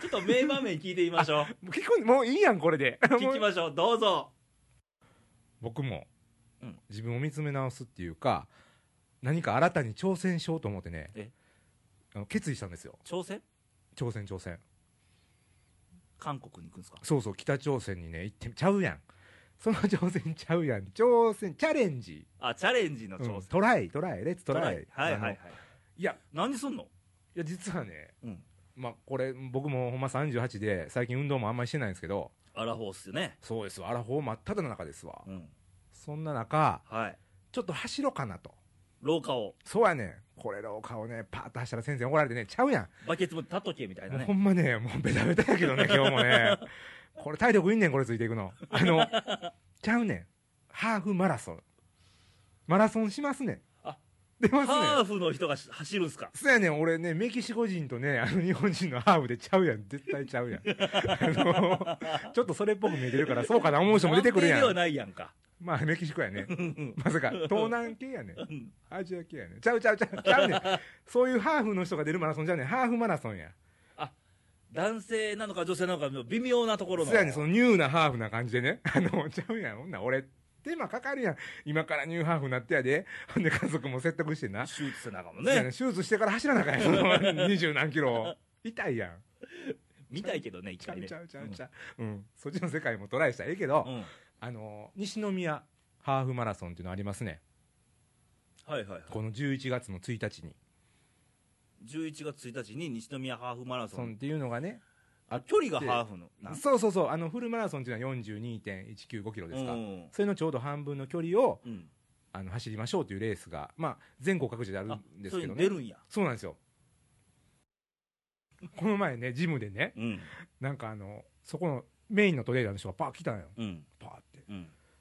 [SPEAKER 1] ちょっと名場面聞いてみましょ
[SPEAKER 2] う聞くもういいやんこれで
[SPEAKER 1] 聞きましょうどうぞ
[SPEAKER 2] 僕も自分を見つめ直すっていうか何か新たに挑戦しようと思ってねあの決意したんですよ
[SPEAKER 1] 挑戦
[SPEAKER 2] 挑戦挑戦
[SPEAKER 1] 韓国に行くんですか
[SPEAKER 2] そうそう北朝鮮にね行ってちゃうやんその挑戦ちゃうやん挑戦チャレンジ
[SPEAKER 1] あチャレンジの挑戦、
[SPEAKER 2] うんトライトライレッツトライ
[SPEAKER 1] はいはいは
[SPEAKER 2] あ
[SPEAKER 1] い
[SPEAKER 2] のいや
[SPEAKER 1] 何すんのい
[SPEAKER 2] や実はね、
[SPEAKER 1] うん
[SPEAKER 2] まあこれ僕もほんま38で最近運動もあんまりしてないんですけど
[SPEAKER 1] アラフォーっすよね
[SPEAKER 2] そうですわアラフォー真っ只中ですわ、
[SPEAKER 1] うん
[SPEAKER 2] そんな中、
[SPEAKER 1] はい、
[SPEAKER 2] ちょっと走ろうかなと
[SPEAKER 1] 廊下を
[SPEAKER 2] そうやねんこれ廊下をねパーッと走ったら先生に怒られてねちゃうやん
[SPEAKER 1] バケツも立っとけみたいな
[SPEAKER 2] もう
[SPEAKER 1] ね
[SPEAKER 2] ほんまね、もうベタベタやけど ね、今日もね。これ体力いんねん、これついていくの。あの、ちゃうねん。ハーフマラソン。マラソンしますねん。出ますねん。
[SPEAKER 1] ハーフの人がし走るんすか
[SPEAKER 2] そうやねん、俺ね、メキシコ人とね、あの日本人のハーフでちゃうやん。絶対ちゃうやん。あの、ちょっとそれっぽく見えてるから、そうかな思う人も出てくるや
[SPEAKER 1] 南米では
[SPEAKER 2] ん。
[SPEAKER 1] ないやんか
[SPEAKER 2] まあ、メキシコやね。まさか、東南系やねん。アジア系やねん。ちゃうちゃうちゃう、ちゃうねん。そういうハーフの人が出るマラソンじゃねん。ハーフマラソンや。
[SPEAKER 1] 男性なのか女性なのかの微妙なところの
[SPEAKER 2] そうやねそのニューなハーフな感じでね。あの、ちゃうやん、ほんなら俺、手間かかるやん。今からニューハーフになってやで。ほんで家族も説得してな。
[SPEAKER 1] 手術せなあかんもん
[SPEAKER 2] そうや
[SPEAKER 1] ね
[SPEAKER 2] ね手術してから走らなあかんやん。そ の二十何キロ。痛いやん。
[SPEAKER 1] 見たいけどね一回ね
[SPEAKER 2] ちゃうちゃうちゃう。うん。そっちの世界もトライしたらええけど、あの、西宮ハーフマラソンっていうのありますね。
[SPEAKER 1] はいはいはい
[SPEAKER 2] この11月の1日に。
[SPEAKER 1] 11月1日に西宮ハーフマラソ
[SPEAKER 2] そんっ
[SPEAKER 1] ン
[SPEAKER 2] ていうのがね。
[SPEAKER 1] あ距離がハーフのな
[SPEAKER 2] そうそうそうあのフルマラソンっていうのは42.195キロですか、
[SPEAKER 1] うん
[SPEAKER 2] それのちょうど半分の距離を、
[SPEAKER 1] うん
[SPEAKER 2] あの走りましょうというレースが、まあ、全国各地であるんですけどね
[SPEAKER 1] あそういうの出るんや
[SPEAKER 2] そうなんですよこの前ねジムでね、なんかあのそこのメインのトレーダーの人がパー来たのよ、パーって、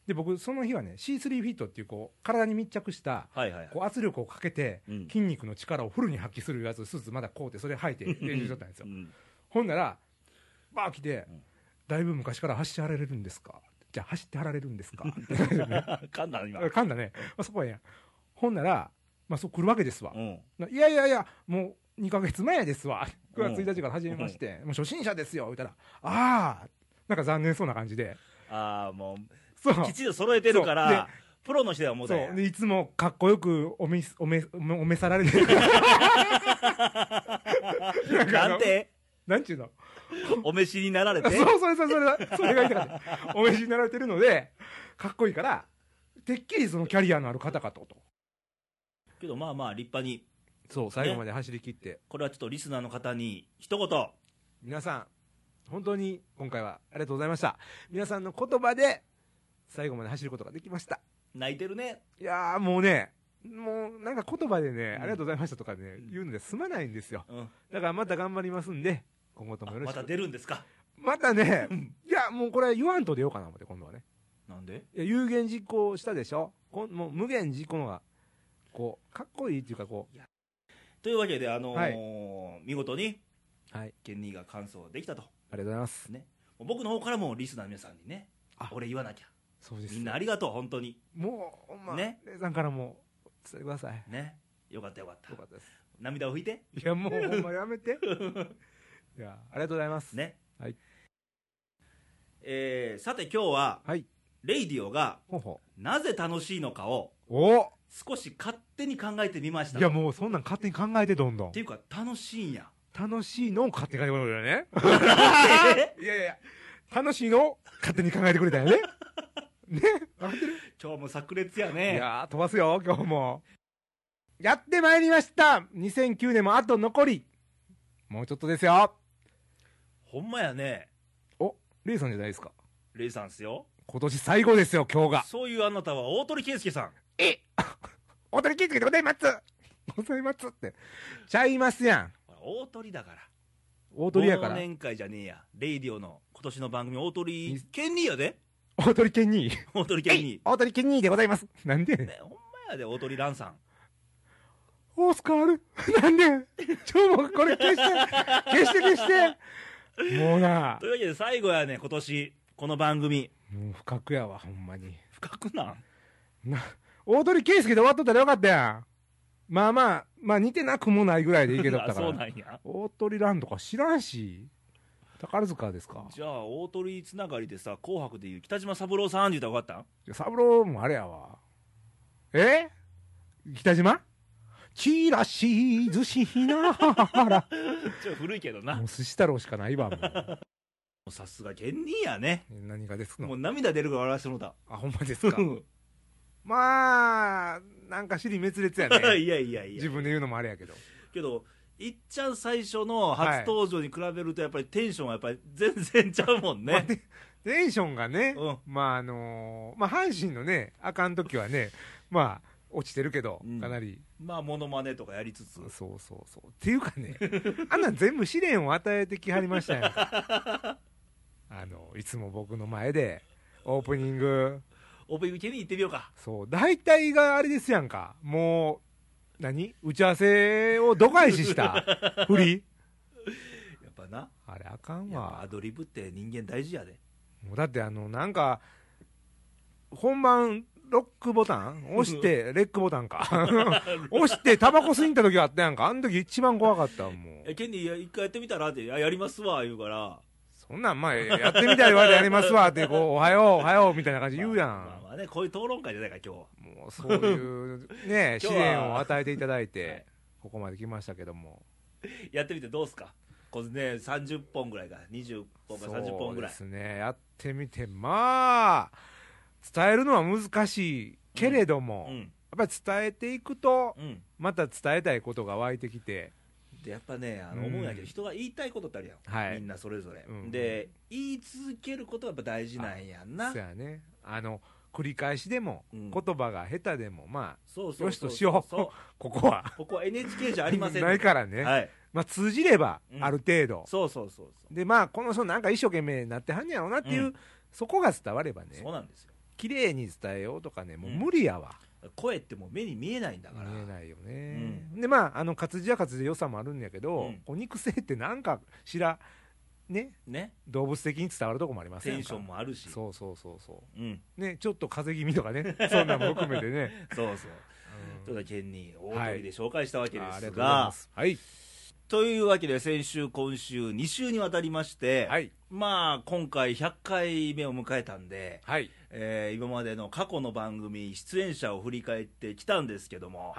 [SPEAKER 2] で僕その日はね C3 フィットっていうこう体に密着した、
[SPEAKER 1] はいはいはい
[SPEAKER 2] こう圧力をかけて、筋肉の力をフルに発揮するやつスーツまだこうてそれ履いて練習しとったんですよ、ほんならバー来て、だいぶ昔から走ってはられるんですかじゃあ走ってはられるんですか
[SPEAKER 1] 噛んだ今
[SPEAKER 2] 噛んだね、まあ、そこはええやんほんなら、まあ、そう来るわけですわ、ないやいやいやもう2か月前ですわ
[SPEAKER 1] うん
[SPEAKER 2] 9月1日から始めまして、もう初心者ですよ言ったらああなんか残念そうな感じで
[SPEAKER 1] ああもう
[SPEAKER 2] そう
[SPEAKER 1] きちんと揃えてるか
[SPEAKER 2] そう
[SPEAKER 1] ら
[SPEAKER 2] で
[SPEAKER 1] プロの人はもう
[SPEAKER 2] そ
[SPEAKER 1] だ
[SPEAKER 2] うでいつもかっこよくおめおめおめおめさられてる なんかあの
[SPEAKER 1] なんて
[SPEAKER 2] なんちゅうの
[SPEAKER 1] お召しになられ
[SPEAKER 2] そう
[SPEAKER 1] て
[SPEAKER 2] それそれそれそれが言いたかったお召しになられてるのでかっこいいからてっきりそのキャリアのある方かとと
[SPEAKER 1] けどまあまあ立派に
[SPEAKER 2] そう最後まで走り切って、
[SPEAKER 1] これはちょっとリスナーの方に一言
[SPEAKER 2] 皆さん本当に今回はありがとうございました皆さんの言葉で最後まで走ることができました
[SPEAKER 1] 泣いてるね
[SPEAKER 2] いやーもうねもうなんか言葉でね、ありがとうございましたとかね言うので済まないんですよ、だからまた頑張りますんで今後ともよろし
[SPEAKER 1] ま
[SPEAKER 2] く
[SPEAKER 1] た出るんですか
[SPEAKER 2] またね、いやもうこれ言わんと出ようかな思って今度はね
[SPEAKER 1] なんで
[SPEAKER 2] いや有言実行したでしょこんもう無限実行のがこうかっこいいっていうかこう
[SPEAKER 1] というわけであのー
[SPEAKER 2] は
[SPEAKER 1] 見事に
[SPEAKER 2] はい
[SPEAKER 1] ケンニーが完走できたと
[SPEAKER 2] ありがとうございます
[SPEAKER 1] ね僕の方からもリスナーの皆さんにね俺言わなきゃ
[SPEAKER 2] そうです
[SPEAKER 1] みんなありがとう本当に
[SPEAKER 2] もうほんま
[SPEAKER 1] ね
[SPEAKER 2] レイさんからも伝えてください
[SPEAKER 1] ねよかったよかった
[SPEAKER 2] よかったです
[SPEAKER 1] 涙を拭いて
[SPEAKER 2] いやもうほんまやめて いやありがとうございます
[SPEAKER 1] ね
[SPEAKER 2] はい
[SPEAKER 1] えーさて今日は、レイディオが
[SPEAKER 2] ほうほ
[SPEAKER 1] なぜ楽しいのかを
[SPEAKER 2] うお
[SPEAKER 1] 少し勝手に考えてみました
[SPEAKER 2] いやもうそんなん勝手に考えてどんどん
[SPEAKER 1] っていうか楽しいんや
[SPEAKER 2] 楽しいのを勝手に考えてくれたよね。 いやいや、楽しいのを勝手に考えてくれたよね。
[SPEAKER 1] 今日も炸裂や
[SPEAKER 2] い
[SPEAKER 1] ね。
[SPEAKER 2] やー、飛ばすよ、今日も。やってまいりました。2009年もあと残り。もうちょっとですよ。
[SPEAKER 1] ほんまやね。
[SPEAKER 2] お、レイさんじゃないですか。
[SPEAKER 1] レイさんっすよ。
[SPEAKER 2] 今年最後ですよ、今日が。
[SPEAKER 1] そういうあなたは大鳥圭介さん。
[SPEAKER 2] 大鳥圭介でございます。ございますって。ちゃいますやん。
[SPEAKER 1] ほら大鳥だから。
[SPEAKER 2] 大鳥やか
[SPEAKER 1] 忘
[SPEAKER 2] ら。
[SPEAKER 1] 年会じゃねえや。レイディオの今年の番組大鳥健二やで。
[SPEAKER 2] 大鳥健二。
[SPEAKER 1] 大鳥健二。
[SPEAKER 2] 大鳥健二でございます。なんで、
[SPEAKER 1] ほんまやで大鳥蘭さん。
[SPEAKER 2] オスカール。 なんでちょ、もうこれ消して。消して消して。もうな
[SPEAKER 1] と、いうわけで最後やね今年この番組
[SPEAKER 2] もう不覚やわ、ほんまに。
[SPEAKER 1] 深くなん
[SPEAKER 2] な、大鳥圭介で終わっとったらよかったやん。まあまあ、まあ似てなくもないぐらいでいけとったか
[SPEAKER 1] あそうな
[SPEAKER 2] ら
[SPEAKER 1] ん。や
[SPEAKER 2] 大鳥ランとか知らんし。宝塚ですか。
[SPEAKER 1] じゃあ大鳥つながりでさ紅白でいう北島三郎さんって言ったら分かっ
[SPEAKER 2] いや三郎もあれやわ。え北島チラシ寿司ひなは ら。
[SPEAKER 1] たんちょっと古いけどな
[SPEAKER 2] も
[SPEAKER 1] も
[SPEAKER 2] う寿司太郎しかないわ、もう。
[SPEAKER 1] うさすが芸人やね
[SPEAKER 2] 何がですの
[SPEAKER 1] もう涙出るぐらい笑わせてもらっ。
[SPEAKER 2] あ、ほんまですか
[SPEAKER 1] うん
[SPEAKER 2] まあ、なんか尻滅裂やね。
[SPEAKER 1] いやいやいや
[SPEAKER 2] 自分で言うのもあれやけど。
[SPEAKER 1] たけどいっちゃん最初の初登場に比べるとやっぱりテンションはやっぱり全然ちゃうもんね、
[SPEAKER 2] テンションがね、まああのーまあ阪神のね、あかん時はね、まあ落ちてるけど、かなり。
[SPEAKER 1] まあモノマネとかやりつつ
[SPEAKER 2] そうそうそうっていうかね、あんなん全部試練を与えてきはりま したやんか。あの、いつも僕の前で、オープニング、
[SPEAKER 1] オープニング系に行ってみようか
[SPEAKER 2] そう、大体があれですやんか。もう、何打ち合わせを度外視 した振り。
[SPEAKER 1] やっぱな
[SPEAKER 2] あれあかん
[SPEAKER 1] わアドリブって人間大事やで
[SPEAKER 2] もうだってあのなんか本番ロックボタン押してレックボタンか 押してタバコ吸いに行った時あったやんかあの時一番怖かったわもう
[SPEAKER 1] えケンディ一回やってみたらっていややりますわ言うから
[SPEAKER 2] そんなんまあやってみたい言われてやります わってこうおはようおはようみたいな感じ言うやん、
[SPEAKER 1] まあねこういう討論会じゃないから今
[SPEAKER 2] 日もうそういうね試
[SPEAKER 1] 今日は
[SPEAKER 2] 練を与えていただいて、ここまで来ましたけども
[SPEAKER 1] やってみてどうすかこれね30本ぐらいか20本か30本ぐらい
[SPEAKER 2] そうですねやってみてまあ伝えるのは難しいけれども、やっぱり伝えていくと、また伝えたいことが湧いてきて
[SPEAKER 1] でやっぱねあの思うんやけど、
[SPEAKER 2] うん
[SPEAKER 1] 人が言いたいことってあるやん、
[SPEAKER 2] はい
[SPEAKER 1] みんなそれぞれ、
[SPEAKER 2] うん
[SPEAKER 1] で言い続けることがやっぱ大事なんやんな
[SPEAKER 2] そうやねあの繰り返しでも、言葉が下手でもまあ
[SPEAKER 1] そうそうそう
[SPEAKER 2] よしとしよう
[SPEAKER 1] そう
[SPEAKER 2] ここは
[SPEAKER 1] ここは NHK じゃありません
[SPEAKER 2] ないからね、
[SPEAKER 1] はい
[SPEAKER 2] まあ、通じれば、
[SPEAKER 1] うん
[SPEAKER 2] ある程度
[SPEAKER 1] そうそうそうそ
[SPEAKER 2] でまあこの人なんか一生懸命なってはんねやろうなっていう、
[SPEAKER 1] うん
[SPEAKER 2] そこが伝わればね
[SPEAKER 1] そうなんですよ
[SPEAKER 2] 綺麗に伝えようとかねもう無理やわ、
[SPEAKER 1] う声ってもう目に見えないんだから
[SPEAKER 2] 見えないよね、でまああの活字は活字で良さもあるんやけど、お肉性ってなんかしらね
[SPEAKER 1] ね
[SPEAKER 2] 動物的に伝わるとこもあります
[SPEAKER 1] テンションもあるし
[SPEAKER 2] そうそうそうそう、
[SPEAKER 1] うん
[SPEAKER 2] ねちょっと風邪気味とかねそんなんも含めて ね
[SPEAKER 1] そうそう、ということで県に大鳥で紹介したわけで
[SPEAKER 2] あり
[SPEAKER 1] す
[SPEAKER 2] がとうござい
[SPEAKER 1] が、
[SPEAKER 2] ますはい
[SPEAKER 1] というわけで先週今週2週にわたりまして、まあ今回100回目を迎えたんで、えー今までの過去の番組出演者を振り返ってきたんですけども、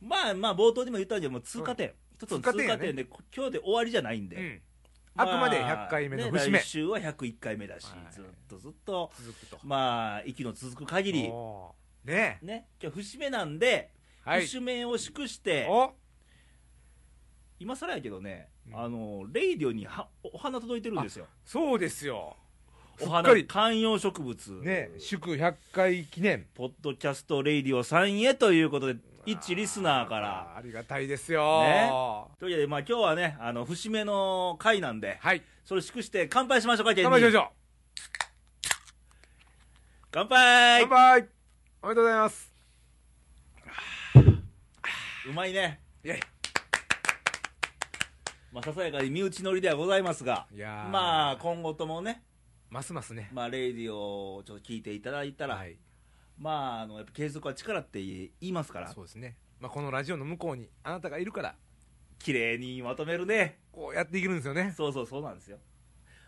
[SPEAKER 1] まあまあ冒頭にも言ったんでもう通過点、一つの通過
[SPEAKER 2] 通過点や
[SPEAKER 1] 点
[SPEAKER 2] ね
[SPEAKER 1] で、今日で終わりじゃないんで、
[SPEAKER 2] あくまで100回目の節目
[SPEAKER 1] ね来週は101回目だし、ずっとずっとまあ息の続く限り
[SPEAKER 2] ね
[SPEAKER 1] 今日節目なんで、
[SPEAKER 2] はい
[SPEAKER 1] 節目を祝して今更やけどね、あのレイディオにはお花届いてるんですよ
[SPEAKER 2] そうですよす
[SPEAKER 1] お
[SPEAKER 2] っか
[SPEAKER 1] 花
[SPEAKER 2] り
[SPEAKER 1] 観葉植物
[SPEAKER 2] ね祝100回記念
[SPEAKER 1] ポッドキャストレイディオさんへということで一リスナーから
[SPEAKER 2] ありがたいですよ、
[SPEAKER 1] ね、というわけで、まあ、今日はねあの節目の回なんで、それを祝して乾杯しましょうか乾
[SPEAKER 2] 杯しましょう
[SPEAKER 1] 乾杯
[SPEAKER 2] 乾杯おめでとうございます
[SPEAKER 1] うまいねまあ、ささやかに身内乗りではございますが
[SPEAKER 2] いやー
[SPEAKER 1] まあ今後ともね
[SPEAKER 2] ますますね
[SPEAKER 1] まあレイディオをちょっと聞いていただいたら、まああのやっぱ継続は力って言いますから
[SPEAKER 2] そうですね、まあ、このラジオの向こうにあなたがいるから
[SPEAKER 1] 綺麗にまとめるね
[SPEAKER 2] こうやっていけるんですよね
[SPEAKER 1] そうそうそうなんですよ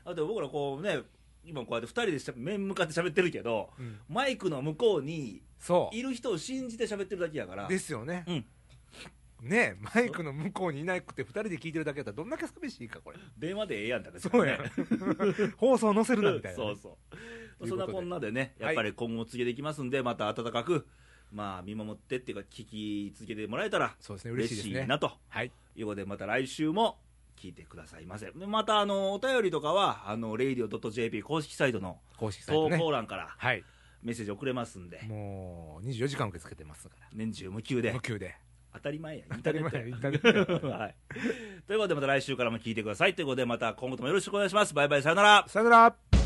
[SPEAKER 1] あと僕らこうね今こうやって2人でしゃ面向かって喋ってるけど、
[SPEAKER 2] うん
[SPEAKER 1] マイクの向こうに
[SPEAKER 2] そ
[SPEAKER 1] いる人を信じて喋ってるだけやから
[SPEAKER 2] ですよね、
[SPEAKER 1] うん
[SPEAKER 2] ねマイクの向こうにいなくて2人で聞いてるだけだったらどんだけ寂しいかこれ
[SPEAKER 1] 電話でええやんだね
[SPEAKER 2] そうやん 放送載せるなみたいなね、
[SPEAKER 1] そうそ
[SPEAKER 2] と
[SPEAKER 1] う
[SPEAKER 2] いう
[SPEAKER 1] そ
[SPEAKER 2] こと
[SPEAKER 1] んな
[SPEAKER 2] で
[SPEAKER 1] こんなでねやっぱり今後も続けていきますんで、また温かくまあ見守ってっていうか聞き続けてもらえたら
[SPEAKER 2] そうですね嬉しいですね
[SPEAKER 1] なと、
[SPEAKER 2] はい、
[SPEAKER 1] いうことでまた来週も聞いてくださいませでまたあのお便りとかはあの radio.jp 公式サイトの
[SPEAKER 2] 公式サイトね
[SPEAKER 1] 投稿欄から、
[SPEAKER 2] はい
[SPEAKER 1] メッセージ送れますんで
[SPEAKER 2] もう24時間受け付けてますから
[SPEAKER 1] 年中無休で
[SPEAKER 2] 無休で
[SPEAKER 1] 当たり前やインタ
[SPEAKER 2] 当
[SPEAKER 1] ー
[SPEAKER 2] た
[SPEAKER 1] ネ
[SPEAKER 2] り
[SPEAKER 1] ット
[SPEAKER 2] 前
[SPEAKER 1] や
[SPEAKER 2] インターネット
[SPEAKER 1] はい、ということでまた来週からも聞いてくださいということでまた今後ともよろしくお願いしますバイバイさよなら
[SPEAKER 2] さよなら